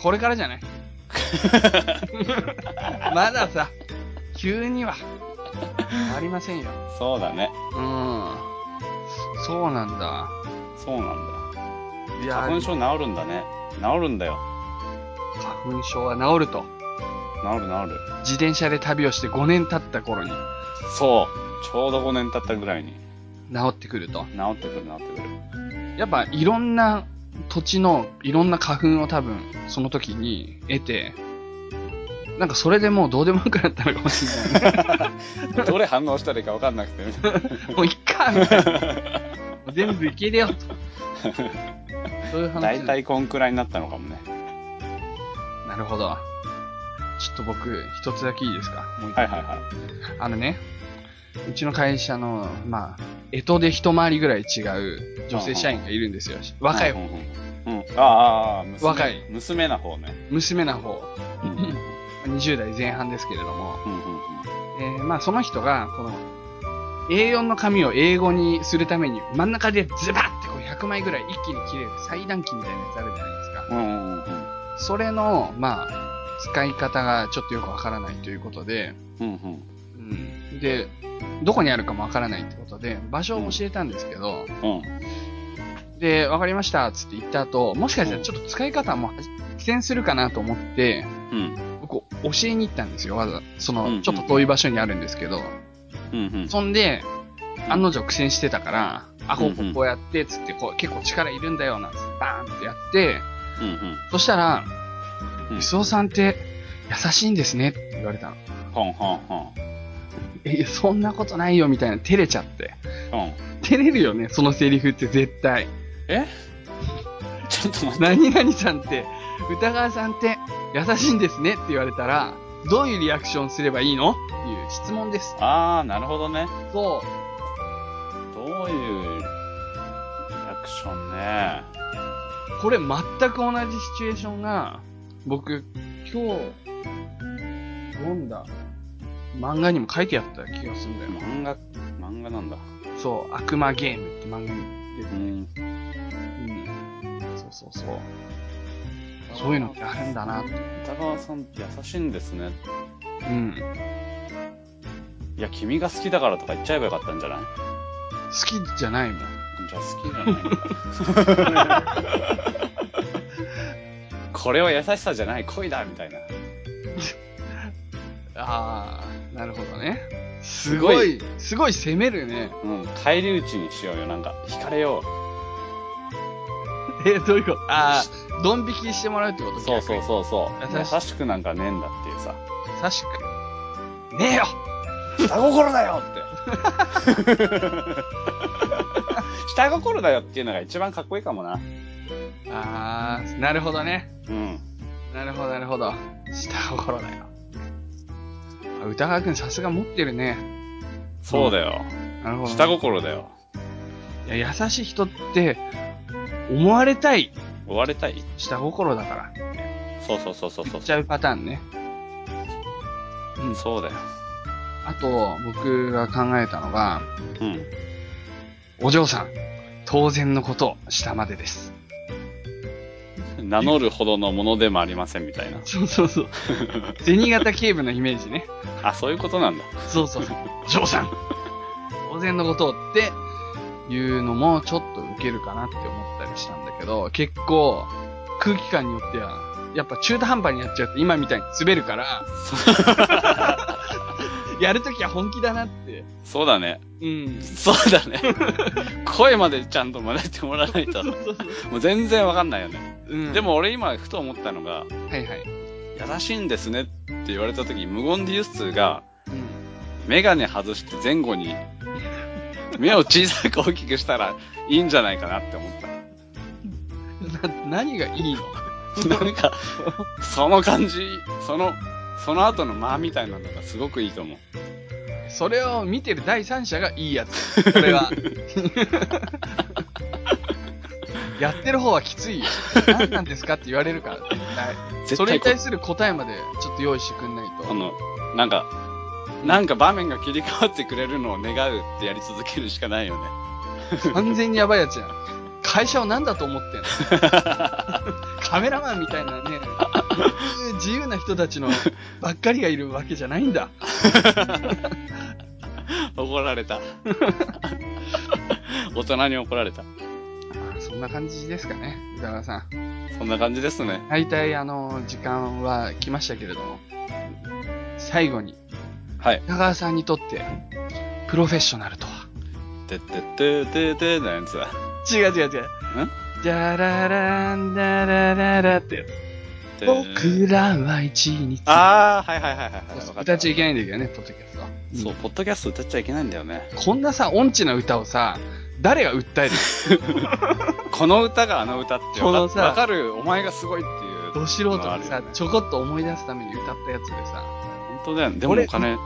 これからじゃないまださ、急には、ありませんよ。そうだね。うん。そうなんだ。そうなんだよ。いや、花粉症治るんだね。治るんだよ。花粉症は治ると。治る治る。自転車で旅をして5年経った頃にそう。ちょうど5年経ったぐらいに。治ってくると。治ってくる治ってくる。やっぱいろんな土地のいろんな花粉を多分その時に得て、なんかそれでもうどうでもよくなったのかもしれないどれ反応したらいいか分かんなくて。ね。もういっかみたいな。もう全部受け入れようと。そういう話大なんだ体こんくらいになったのかもね。なるほど。ちょっと僕、一つだけいいですかもう一個はいはいはあのね、うちの会社の、まあ、江戸で一回りぐらい違う女性社員がいるんですよ。い。若い方うん。うんうん。ああああ、娘若い娘な方ね。娘な方、うんうん20代前半ですけれども、うんうんえーまあその人が、この、A4 の紙を英語にするために、真ん中でズバッてこう100枚ぐらい一気に切れる裁断機みたいなやつあるじゃないですうか。んうんうんうんそれの、まあ、使い方がちょっとよくわからないということで、うんうんうん、で、どこにあるかもわからないってことで、場所を教えたんですけど、うんで、わかりました、つって言った後、もしかしたらちょっと使い方も苦戦するかなと思って、うん僕、教えに行ったんですよ、わざそうんうの、んちょっと遠い場所にあるんですけど。うんうんそんで、案の定苦戦してたから、あ、こう、こうんううんこうやって、つって、こう、結構力いるんだよ、なんつって、バーンってやって、うんうんそしたら、うんうすおさんって、優しいんですねって言われたの。ほんほんほんえ、いやそんなことないよ、みたいな、照れちゃって。ほん照れるよね、そのセリフって絶対。ちょっと待って何々さんって、歌川さんって優しいんですねって言われたら、どういうリアクションすればいいのっていう質問です。ああなるほどねそどういうリアクションねう。これ全く同じシチュエーションが、僕、今日、読んだ漫画にも書いてあった気がするんだよ。漫画漫画なんだそう、悪魔ゲームって漫画に。うんうん。そうそうそう。そういうのってあるんだなって。歌川さんって優しいんですねうん。いや君が好きだからとか言っちゃえばよかったんじゃない好きじゃないもん。じゃあ好きじゃないなこれは優しさじゃない恋だみたいなああ、なるほどね。すごい、すごい攻めるね。うん返り討ちにしようよなんか惹かれよえ、どういうことああ、ドン引きしてもらうってことうそうそうそうそう優しい優しくなんかねえんだっていうさう。確かに。ねえよ下心だよって 下心だよっていうのが一番かっこいいかもなああ、なるほどね。うんなるほど、なるほど。下心だよ。あ歌川くんさすが持ってるね。そうだよ、なるほど、下心だよいや、優しい人って、思われたい追われたい下心だから。そうそうそうそうそ言うっちゃうパターンね。うん。そうだよあと、僕が考えたのが、うんお嬢さん、当然のこと、下までです。名乗るほどのものでもありませんみたいな。そうそうそう。 銭形警部のイメージね。あ、そういうことなんだ。そうそうそう。お嬢さん、当然のことっていうのもちょっとウケるかなって思ったりしたんだけど、結構、空気感によっては、やっぱ中途半端にやっちゃうと今みたいに滑るから、やるときは本気だなって。そうだね。うん。そうだね。 声までちゃんと真似てもらわないと。もそうそうう全然わかんないよね。うんで、も俺今ふと思ったのが、はいはい。優しいんですねって言われた時、無言でユッスーが、うん。メガネ外して前後 に、目を小さく大きくしたらいいんじゃないかなって思った。な、何がいいの なんか、その感じ、その、その後の間みたいなのがすごくいいと思う。それを見てる第三者がいいやつ。 それは。やってる方はきついよ。何なんですかって言われるから、絶対絶対。それに対する答えまでちょっと用意してくんないと。あの、なんか、なんか場面が切り替わってくれるのを願うってやり続けるしかないよね。完全にやばいやつやん。会社を何だと思 ってんのカメラマンみたいなね、そういう自由な人たちのばっかりがいるわけじゃないんだ。 怒られた。大人に怒られた。そんな感じですかね、宇田川さん。そんな感じですね。大体、あの、時間は来ましたけれども、最後に、はい。宇田川さんにとって、プロフェッショナルとはてってってててのやつだ。違う違う違う。んじゃららんだらららってやつ。て僕らは一日。あー、はいはいはいはいはい。わかった歌っちゃいけないんだけどね、ポッドキャストは。そう、ポッドキャスト歌っちゃいけないんだよね。こんなさ、音痴な歌をさ、誰が訴える この歌があの歌ってこわのさかわかる、お前がすごいっていう。ど素人があさ、るよねちょこっと思い出すために歌ったやつでさ、本当だよね。でも俺お金、いや、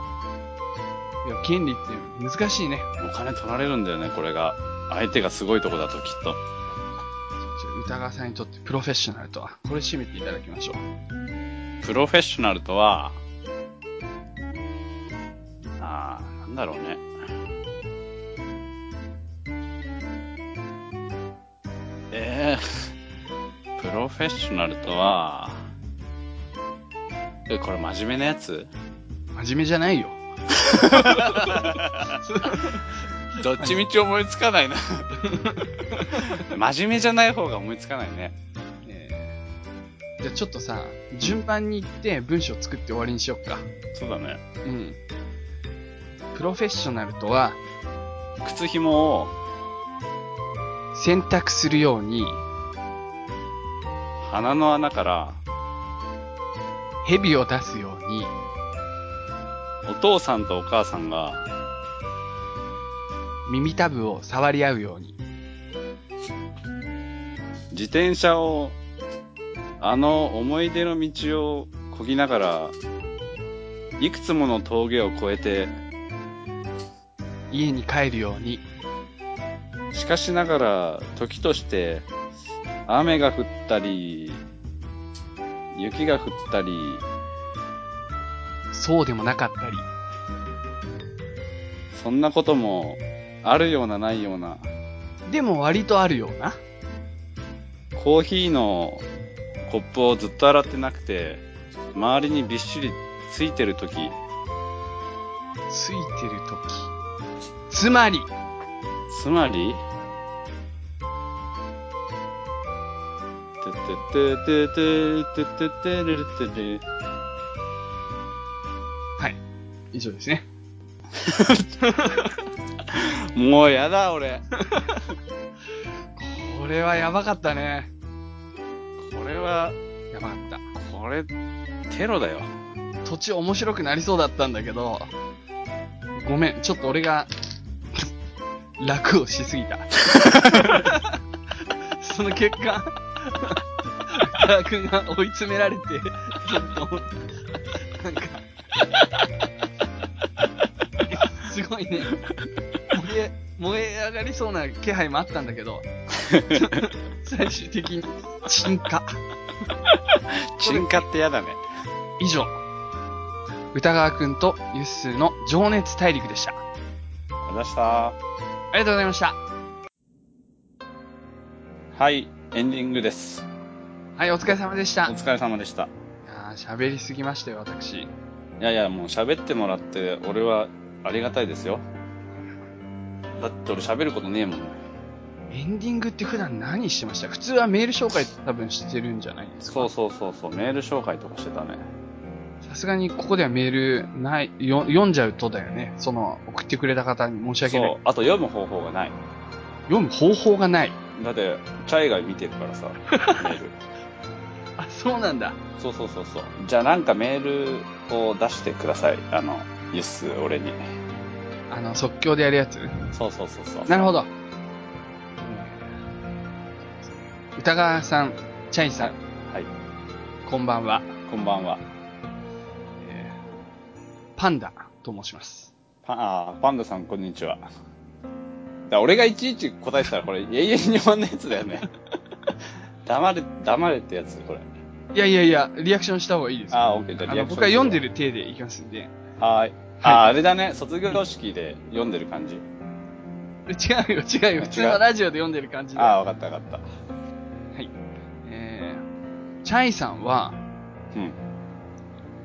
権利っていうの難しいね。お金取られるんだよね、これが。相手がすごいとこだときっと。歌川さんにとってプロフェッショナルとは、これ締めていただきましょう。プロフェッショナルとは、ああ、なんだろうね。ええプロフェッショナルとは、え、これ真面目なやつ真面目じゃないよ。どっちみち思いつかないな。真面目じゃない方が思いつかないね。ねえじゃあちょっとさ、順番に行って文章作って終わりにしよっか。そうだね。うん。プロフェッショナルとは、靴紐を、選択するように、鼻の穴から、蛇を出すように、お父さんとお母さんが、耳たぶを触り合うように。自転車を、あの思い出の道をこぎながら、いくつもの峠を越えて、家に帰るように、しかしながら時として、雨が降ったり、雪が降ったり、そうでもなかったり、そんなこともあるようなないような、でも割とあるような。コーヒーのコップをずっと洗ってなくて、周りにびっしりついてる時、ついてるとき。つまり、つまり、ててててててててれれてて。以上ですね。もうやだ、俺。これはやばかったね。これは、やばかった。これ、テロだよ。土地面白くなりそうだったんだけど、ごめん、ちょっと俺が、楽をしすぎた。その結果、カー君が追い詰められて、ちょっと、なんか、すごいね、燃え、燃え上がりそうな気配もあったんだけど、最終的に、沈下。沈下ってやだね。以上、歌川くんとユッスーの情熱大陸でした。あ出した。りがとうございました。はい、エンディングです。はい、お疲れ様でしおた。い疲れ様でした。やー喋りすぎましたよ、私。いやいや、もう喋ってもらって、俺はありがたいですよ。だって俺喋ることねえもん。エンディングって普段何してました普通はメール紹介多分してるんじゃないですか。そうそうそうそう、メール紹介とかしてたね。さすがにここではメールない、よ読んじゃうとだよね。その、送ってくれた方に申し訳そない。う、あと読む方法がない。読む方法がない。だって、チャイが見てるから さ、メール。あ、そうなんだ。そうそうそうそう。じゃあなんかメールを出してください。あの、ユッス、俺に。あの、即興でやるやつ。そうそうそうそう。なるほど。歌川さん、チャイさん、はい。こんばんは。こんばんは。えーパンダと申します。パあーパンダさん、こんにちは。だから俺がいちいち答えてたら、これ、永遠に終わんないやつだよ ね。黙れ、黙れってやつ、これ。いやいやいや、リアクションした方がいいですよ。あー、オッケー、じゃああリアのクション僕は読んで。る体でいきますんで。えはーい。あー、あれだね。卒業式で読んでる感じ。違うよ、違うよ。普通のラジオで読んでる感じで。ああ、わかったわかった。えー、チャイさんは、うん。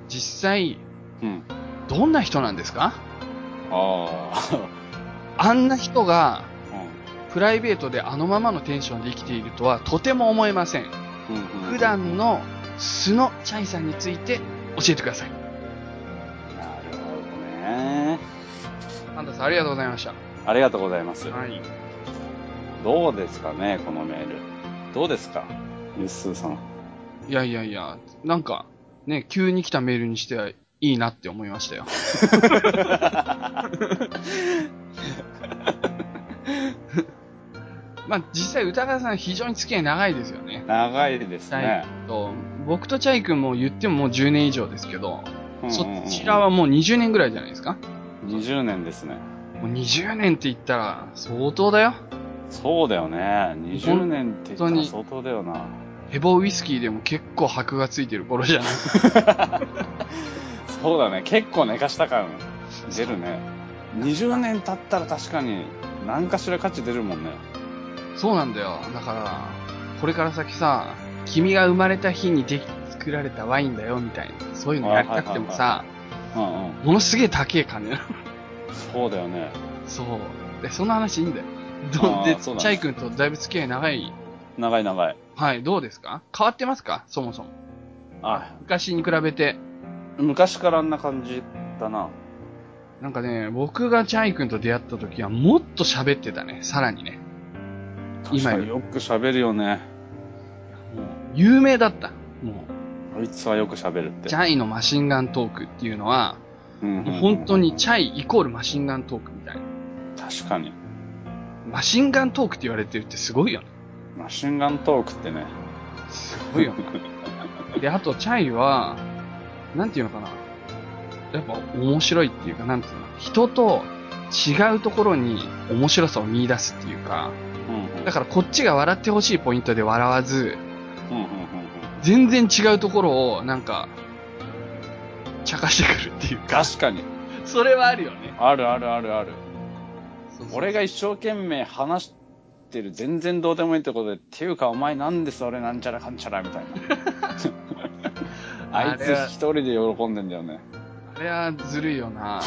実際、うん。どんな人なんですかああんな人が、あ。プライベートであのままのテンションで生きているとはとても思えません。うん。うんうん普段の素のチャイさんについて教えてください。なるほどね。パンダさん、ありがとうございました。ありがとうございます。はい。どうですかね、このメール。どうですかゆっすーさん。いやいやいや、なんか、ね、急に来たメールにしてはいいなって思いました よ。まあ、実際、歌川さん非常に付き合い長いですよね。長いですね。と僕とチャイ君も言ってももう10年以上ですけど、うんうんうんそちらはもう20年ぐらいじゃないですか。 20年ですね。もう20年って言ったら相当だよ。そうだよね。20年って言っ本当たらに相当だよな。ヘボウイスキーでも結構箔がついてる頃じゃないそうだね。結構寝かした感出るね。20年経ったら確かに何かしら価値出るもんね。そうなんだよ。だから、これから先さ、君が生まれた日にでき作られたワインだよみたいな、そういうのやりたくてもさ、うんうん。ものすげえ高え金なの。そうだよね。 そう。で、その話いいんだよ。あどーで、チそうなんだャイ君とだいぶ付き合い長い。長い長い。はい、どうですか変わってますかそもそも。あ、昔に比べて。昔からあんな感じだな。なんかね、僕がチャイ君と出会った時はもっと喋ってたね。さらにね。確今かよによく喋るよね。もう、有名だった。もあいつはよく喋るっう、て。チャイのマシンガントークっていうのは、うんうんうん本当にチャイイコールマシンガントークみたいな。確かに。マシンガントークって言われてるってすごいよね。マシンガントークってね。すごいよね。で、あと、チャイは、なんていうのかな。やっぱ面白いっていうか、なんていうの人と違うところに面白さを見出すっていうか、うんうんだからこっちが笑ってほしいポイントで笑わず、うんうんうんうん全然違うところを、なんか、茶化してくるっていうか、確かに。それはあるよね。あるあるあるある。そうそう俺が一生懸命話してる全然どうでもいいところで、っていうかお前なんでそれなんちゃらかんちゃらみたいな。あい あつれは一人で喜んでんだよね。あれはずるい よな。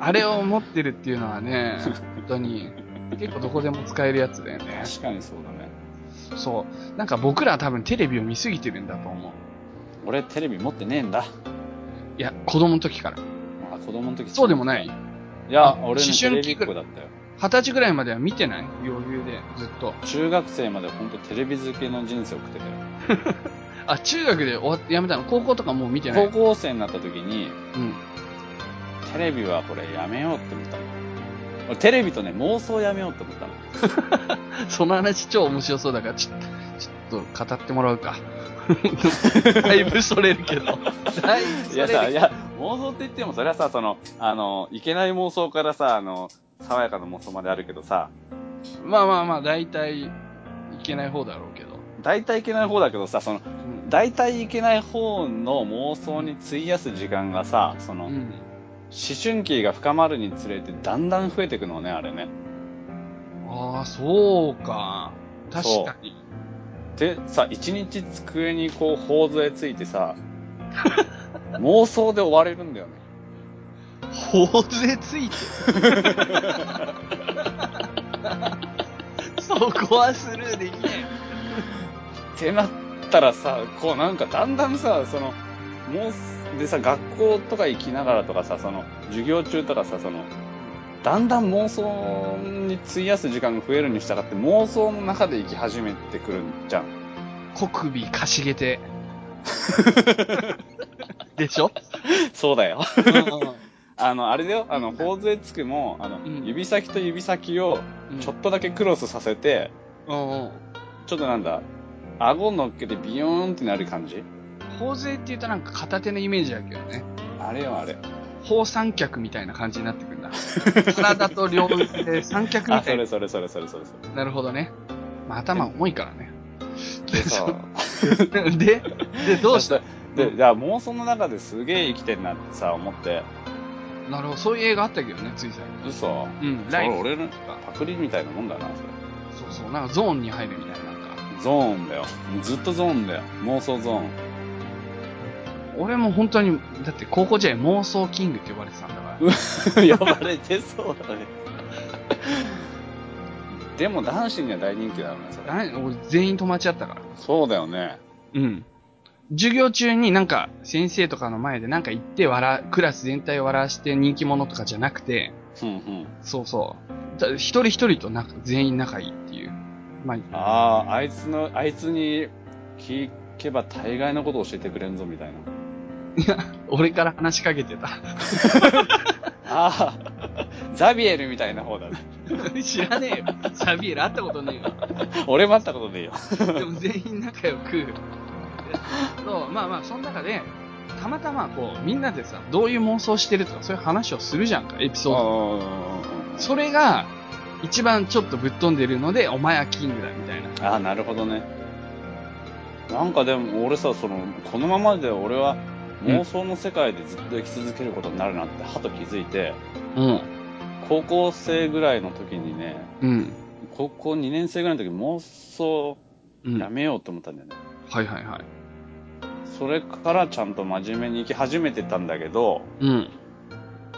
あれを持ってるっていうのはね、本当に、結構どこでも使えるやつだよね。確かにそうだね。そう。なんか僕らは多分テレビを見すぎてるんだと思う。俺テレビ持ってねえんだ。いや、子供の時から。あ、子供の時そうでもないいやあ、俺ね、テ思レビ春期っ子だったよ。二十歳ぐらいまでは見てない余裕で、ずっと。中学生まで本当テレビ漬けの人生を送ってたよ。あ、中学で終わってやめたの高校とかもう見てない。高校生になった時に、うん。テレビはこれやめようって思ったの。俺テレビとね、妄想やめようって思ったの。その話超面白そうだから、ちょちょっと語ってもら うか。だいぶそれるけど。だいぶいそれやるさ、いや、妄想って言っても、それはさ、その、あの、いけない妄想からさ、あの、爽やかな妄想まであるけどさ、まあまあまあ、大体、いけない方だろうけど。大体いけない方だけどさ、その、うん。大体いけない方の妄想に費やす時間がさ、その、う思ん春期が深まるにつれて、だんだん増えていくのね、あれね。ああ、そうか。確かに。で、さ、一日机にこう、頬杖ついてさ、妄想で終われるんだよね。頬杖ついてる。そこはスルーできない。ってなったらさこうなんかだんだんさそのもうでさ学校とか行きながらとかさその授業中とかさそのだんだん妄想に費やす時間が増えるに従って妄想の中で生き始めてくるんじゃん小首かしげ て。でしょ、そうだようんうんあのあれだよあの頬杖つくもあの、うん指先と指先をうん、ちょっとだけクロスさせてうんうんちょっとなんだ顎乗っけてビヨーンってなる感じ頬杖って言うとなんか片手のイメージだけどね。あれよあれ頬三脚みたいな感じになってくるん だ。体と両腕で三脚みあたそいなれ。それそれそれそれそなるほどね。まあ、頭重いからね。れでさで、 で、どうしたで、じゃあ妄想の中ですげえ生きてんなってさ、思って。なるほど。そういう映画あったけどね、つい最近。嘘。うん、そラれイブ。俺のパクリみたいなもんだな、それ。そうそう、なんかゾーンに入るみたいな。なんかゾーンだよ。もうずっとゾーンだよ。妄想ゾーン。俺も本当に、だって高校時代妄想キングって呼ばれてたんだか ら。呼ばれてそうだね。でも男子には大人気だろうね、それ。あれ俺全員友達だったから。そうだよね。うん。授業中になんか先生とかの前でなんか言って笑う、クラス全体を笑わして人気者とかじゃなくて、うんうん。そうそう。だ一人一人となんか全員仲いいっていう。まあ、ああ、あいつの、あいつに聞けば大概のこと教えてくれんぞ、みたいな。俺から話しかけてた。ああ、ザビエルみたいな方だね。 知らねえよ。サビエル会ったことね俺も会ったことねえよ。え よ。でも全員仲良く。でそう、まあまあ、その中で、たまたまこう、みんなでさ、どういう妄想してるとか、そういう話をするじゃんか、エピソード。あそれが、一番ちょっとぶっ飛んでるので、お前はキングだ、みたいな。ああなるほどねなんかでも俺さそのこのままで俺は妄想の世界でずっと生き続けることになるなってはと気づいてうん。高校生ぐらいの時にねうん。高校2年生ぐらいの時に妄想うん。やはいめようと思ったんだよね、はいはい。それからちゃんと真面目に生き始めてたんだけどうん。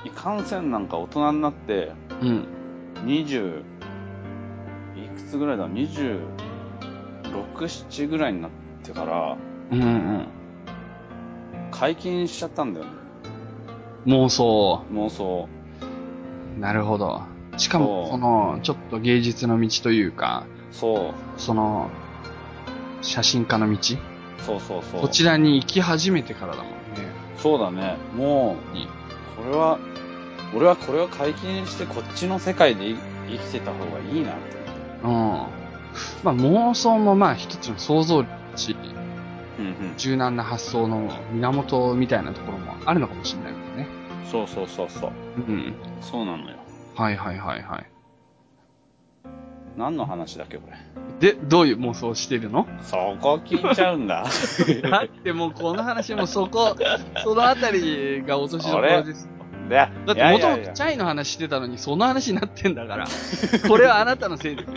いかんせんなんか大人になってうん。 20いくつぐらいだ267ぐらいになってからうんうん。解禁しちゃったんだよね妄想。妄想なるほど。しかも、そうその、ちょっと芸術の道というか、そその、写真家の道うそうそうそうこちらに行き始めてからだもんね。そうだねもいいうこれは俺はこれを解禁してこっちの世界でい生きてた方がいいなって思ってうん。まあ妄想もまあ一つの想像し、うんうん柔軟な発想の源みたいなところもあるのかもしれないもんね。そうそうそうそううん。そうなのよはいはいはいはい。何の話だっけこれで、どういう妄想をしてるのそこ聞いちゃうん だだってもうこの話もそこ、 そのあたりが落としどころです。でだだってもともとチャイの話してたのにその話になってんだから。 これはあなたのせいです。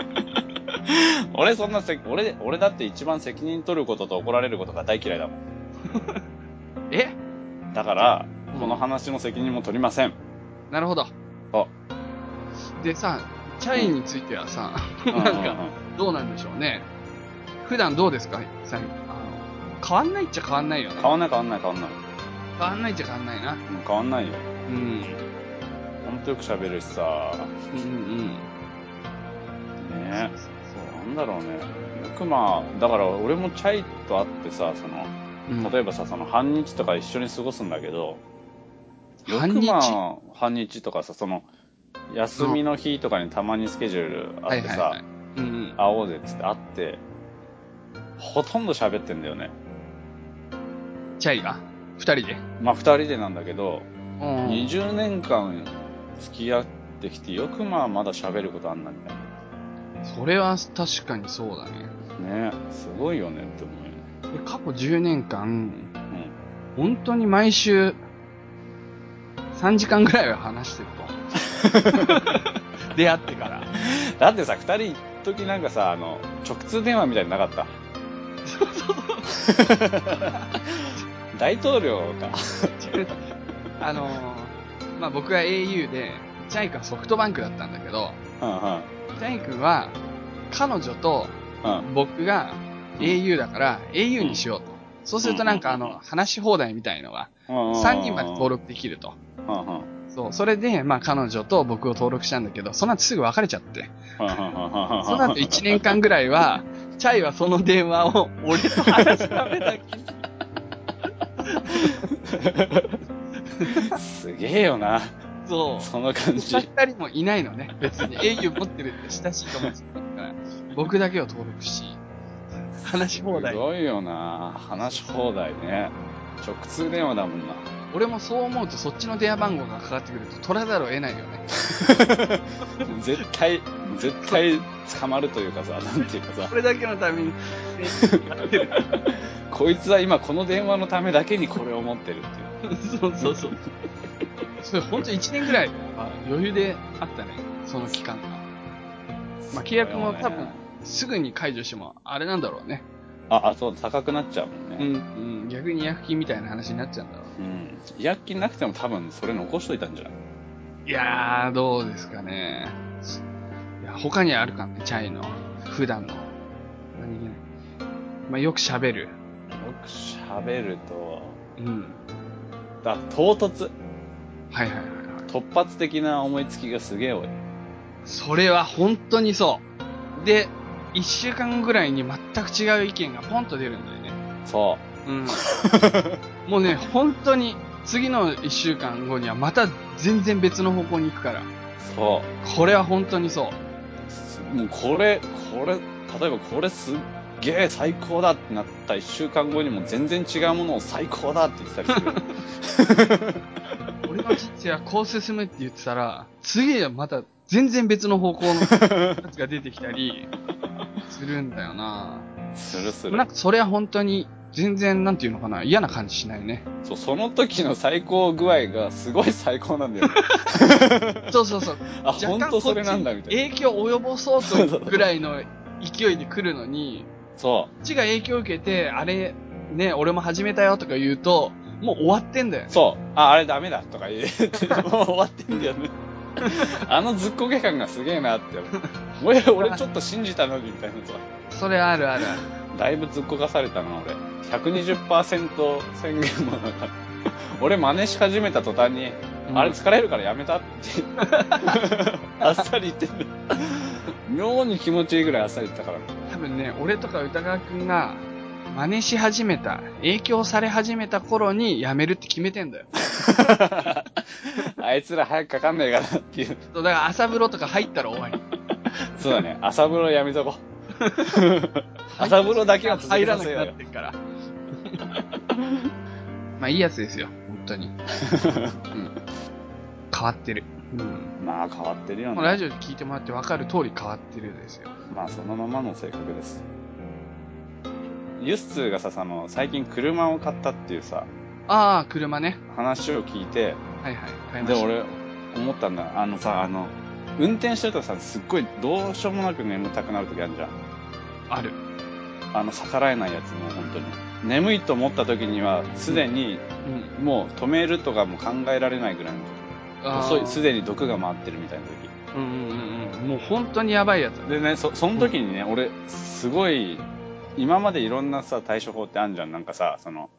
俺そんなせ俺俺だって一番責任取ることと怒られることが大嫌いだもんえだからうんこの話の責任も取りません なるほど。あでさ、チャイについてはさ、なんか、どうなんでしょうね。普段どうですかさあの変わんないっちゃ変わんないよな。変わんない変わんない変わんない。変わんないっちゃ変わんないな。うん変わんないよ。うん。ほんとよく喋るしさ。うんうんねそうなんだろうね。よくまあ、だから俺もチャイと会ってさ、その、うん。例えばさ、その半日とか一緒に過ごすんだけど、よ半く日まあ、半日とかさ、その、休みの日とかにたまにスケジュールあはっいてはいさは、い。うんうん。会おうぜっつって会って、ほとんど喋ってんだよね。チャイが二人で。まあ、二人でなんだけど、うんうん。 20年間付き合ってきて、よくまあ、まだ喋ることあんなみたいそれは確かにそうだね。な。ねすごいよねって思うよね。で過去10年間、うん。本当に毎週、3時間ぐらいは話してる と。出会ってから。だってさ、二人一時なんかさ、あの、直通電話みたいになかった。大統領か。あのーまあ、僕は au で、チャイ君はソフトバンクだったんだけど、うチャイ君は、彼女とんうん。うん。僕が au だから au にしようと。そうするとなんかあうんの、話し放題みたいのが、 3 3人まで登録できると。録。うんうん。うんそう、それで、まあ彼女と僕を登録したんだけど、その後すぐ別れちゃって。うん。その後1年間ぐらいは、チャイはその電話を俺と話すためだけに。すげえよな。そう。その感じ。二人もいないのね。別に au 持ってるって親しい友達だから、僕だけを登録し、話し放題す。ごいよな。話し放題ね。直通電話だもん な。俺もそう思うとそっちの電話番号がかかってくると取らざるを得ないよね。絶対、絶対捕まるというかさ、なんていうかさこ、れだけのために、こいつは今この電話のためだけにこれを持って るっていう。そうそうそう。それほんと1年ぐらいあ余裕であったね、その期間が。まあ契約も多分すぐに解除してもあれなんだろうね。あ、あ、そう、高くなっちゃうもんね。ん、うん、逆に薬金みたいな話になっちゃうんだろ。うん。違約金なくても多分それ残しといたんじゃないういやー、どうですかね。いや他にあるかね、チャイの、普段の。何気ない。まあ、よく喋る。よく喋ると、うん。あ、唐突。はいはいはいはい。突発的な思いつきがすげえ多い。それは本当にそう。で、一週間ぐらいに全く違う意見がポンと出るんだよね。そ うん。もうね、本当に、次の一週間後にはまた全然別の方向に行くから。う。そこれは本当にそう。う。もうこれ、これ、例えばこれすっげえ最高だってなった一週間後にも全然違うものを最高だって言ってたりする。俺の人生はこう進むって言ってたら、次はまた全然別の方向のやつが出てきたりするんだよなするするなん。か それは本当に全然なんていうのかな、嫌な感じしないね。そう、その時の最高具合がすごい最高なんだ よね。そうそうそう。あ、ほんとそれなんだみたいな。影響を及ぼそうというぐらいの勢いで来るのに、そこっちが影響を受けて、あれ、ね、俺も始めたよとか言うと、もう終わってんだよう。ね。そう。あ、あれダメだとか言 って、もう終わってんだよね。あのずっこけ感がすげえなって。俺、俺ちょっと信じたのにみたいなさ。それあるあるある。だいぶずっこかされたな、俺。120%宣言もなかった。 俺真似し始めた途端に、うんあれ疲れるからやめたって。 あっさり言ってんだ。妙に気持ちいいぐらいあっさり言ったから。多分ね、俺とか歌川くんが、真似し始めた、影響され始めた頃に辞めるって決めてんだよ。 あいつら早くかかんないかなっていう。そうだから朝風呂とか入ったら終わり。そうだね。朝風呂やめとこう。朝風呂だけは続入けらさなせくようなよっ。てる から。まあいいやつですよ、本 当に。うん、変わってる。うん、まあ変わってるよもうラね。ジオで聞いてもらって分かる通り変わってるですよ。まあそのままの性格です。ユッスーがさ、その、最近車を買ったっていうさ、ああ、車ね。話を聞いて、はいはい、買いまで、した。俺、思ったんだ。あのさ、あの、運転してるとさ、すっごいどうしようもなく眠たくなるときあるじゃん。ある。あの、逆らえないやつも本当に。眠いと思ったときには、すでに、うん。もう止めるとかも考えられないぐらいのあー時。そうすでに毒が回ってるみたいな時。うんうんうんうん。もう本当にやばいやつ。でね、そ、その時にね、俺、すごい、今までいろんなさ、対処法ってあるじゃん。なんかさ、その、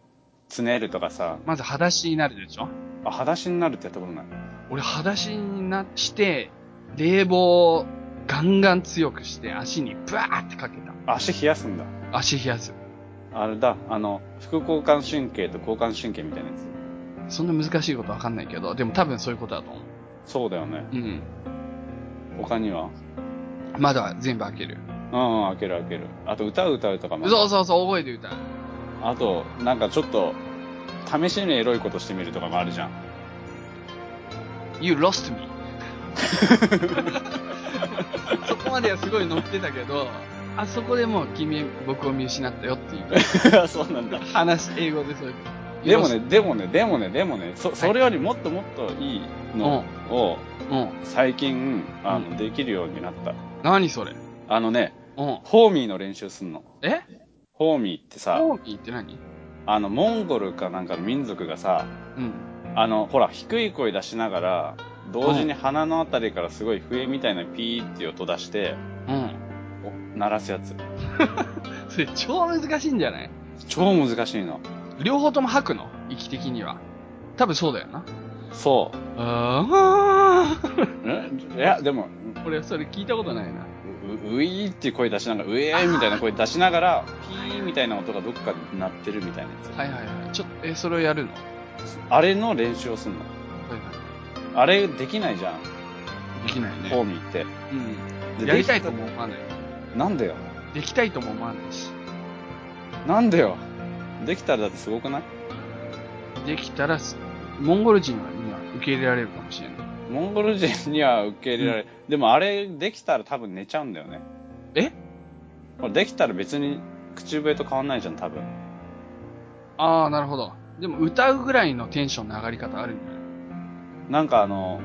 つねるとかさ、まず裸足になるでしょあ、裸足になるってやったことない。俺裸足になして、冷房をガンガン強くして足にブワーってかけた。足冷やすんだ。足冷やす。あれだ、あの、副交感神経と交感神経みたいなやつ。そんな難しいことわかんないけど、でも多分そういうことだと思う。そうだよね。うん。他には窓は全部開ける。うん、うん、開ける開ける。あと歌う歌うとかも。そうそうそう、大声で歌う。あと、なんかちょっと、試しにエロいことしてみるとかもあるじゃん。 You lost me. そこまではすごい乗ってたけど、あそこでもう君、僕を見失ったよっていうあ そうなんだ。話、英語でそういう。 でもね、でもね、でもね、でもね、そ、それよりもっともっといいのを、 Lost- うん。最近、あうの、できるようになった。何それあのね、うん。ホーミーの練習すんの。えホーミーってさ、ホーミーって何あの、モンゴルかなんかの民族がさ、うん。あの、ほら、低い声出しながら、同時に鼻のあたりからすごい笛みたいなピーっていう音出して、うん。お鳴らすやつ。それ超難しいんじゃない超難しいの。両方とも吐くの息的には。多分そうだよな。そああ。う。んいや、でも、 俺、それ聞いたことないな。ううういーっていう声出しながら、うえーみたいな声出しながら、ピーみたいな音がどっかで鳴ってるみたいなやつ。はいはいはい。ちょっと、え、それをやるのはあれの練習をすんの。いはあれできないじゃん、い。できないホーね。ミーって。うん。でやりたいとも思わない。なんでよ。できたいとも思わないし。なんでよ。できたらだってすごくないできたらす、モンゴル人には受け入れられるかもしれない。モンゴル人には受け入れられ、でもあれできたら多分寝ちゃうんだよね。えこれできたら別に口笛と変わんないじゃん、多分。ああ、なるほど。でも歌うぐらいのテンションの上がり方あるんじゃないなんかあの、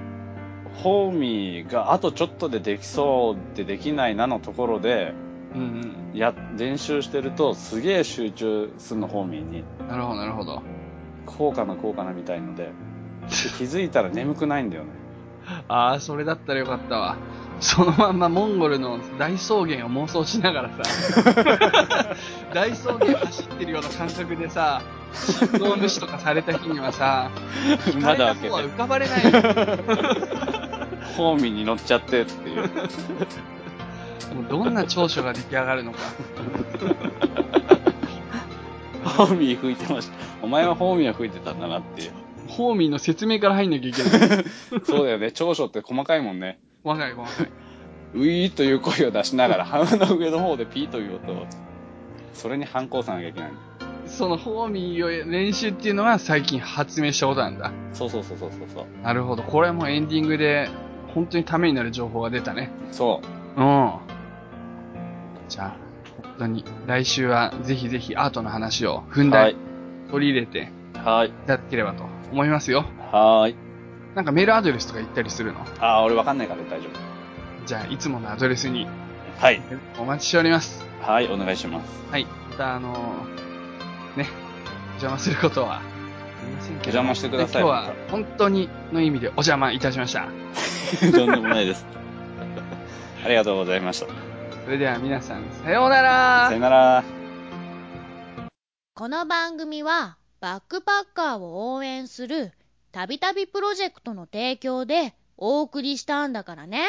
ホーミーがあとちょっとでできそうでできないなのところで、うんや、練習してるとすげえ集中すんの、ホーミーに。うん。なるほど、なるほど。こうかな、こうかなみたいので、気づいたら眠くないんだよね。ああ、それだったらよかったわ。そのまんまモンゴルの大草原を妄想しながらさ、 大草原走ってるような感覚でさ、信号無視とかされた日にはさ、 まだ聞かれ開けた方はて、浮かばれないよ。ホーミーに乗っちゃってっていう。もうどんな長所が出来上 がるのか。ホーミー吹いてました。お前はホーミーは吹いてたんだなっていう。ホーミーの説明から入んなきゃいけない。そうだよね。長所って細かいもんね。若い、若い。ウィーという声を出しながら、鼻の上の方でピーという音を。それに反抗さなきゃいけない。そのホーミーを練習っていうのは最近発明したことなんだ。そうそうそうそうそうそう。なるほど。これもエンディングで、本当にためになる情報が出たね。そうん。じゃあ、本当に、来週はぜひぜひアートの話をふう。んだんはにい。取り入れてはい。いただければと思いますよ。はい。なんかメールアドレスとか言ったりするのあー、俺わかんないから大丈夫。じゃあ、いつものアドレスにはい。お待ちしております。はい、お願いします。はい。また、あのーね、邪魔することは、すみませんおけど。邪魔してください。今日は、本当にの意味でお邪魔いたしました。また とんでもないです。ありがとうございました。それでは皆さん、さようならさよなら。この番組はバックパッカーを応援するたびたびプロジェクトの提供でお送りしたんだからね。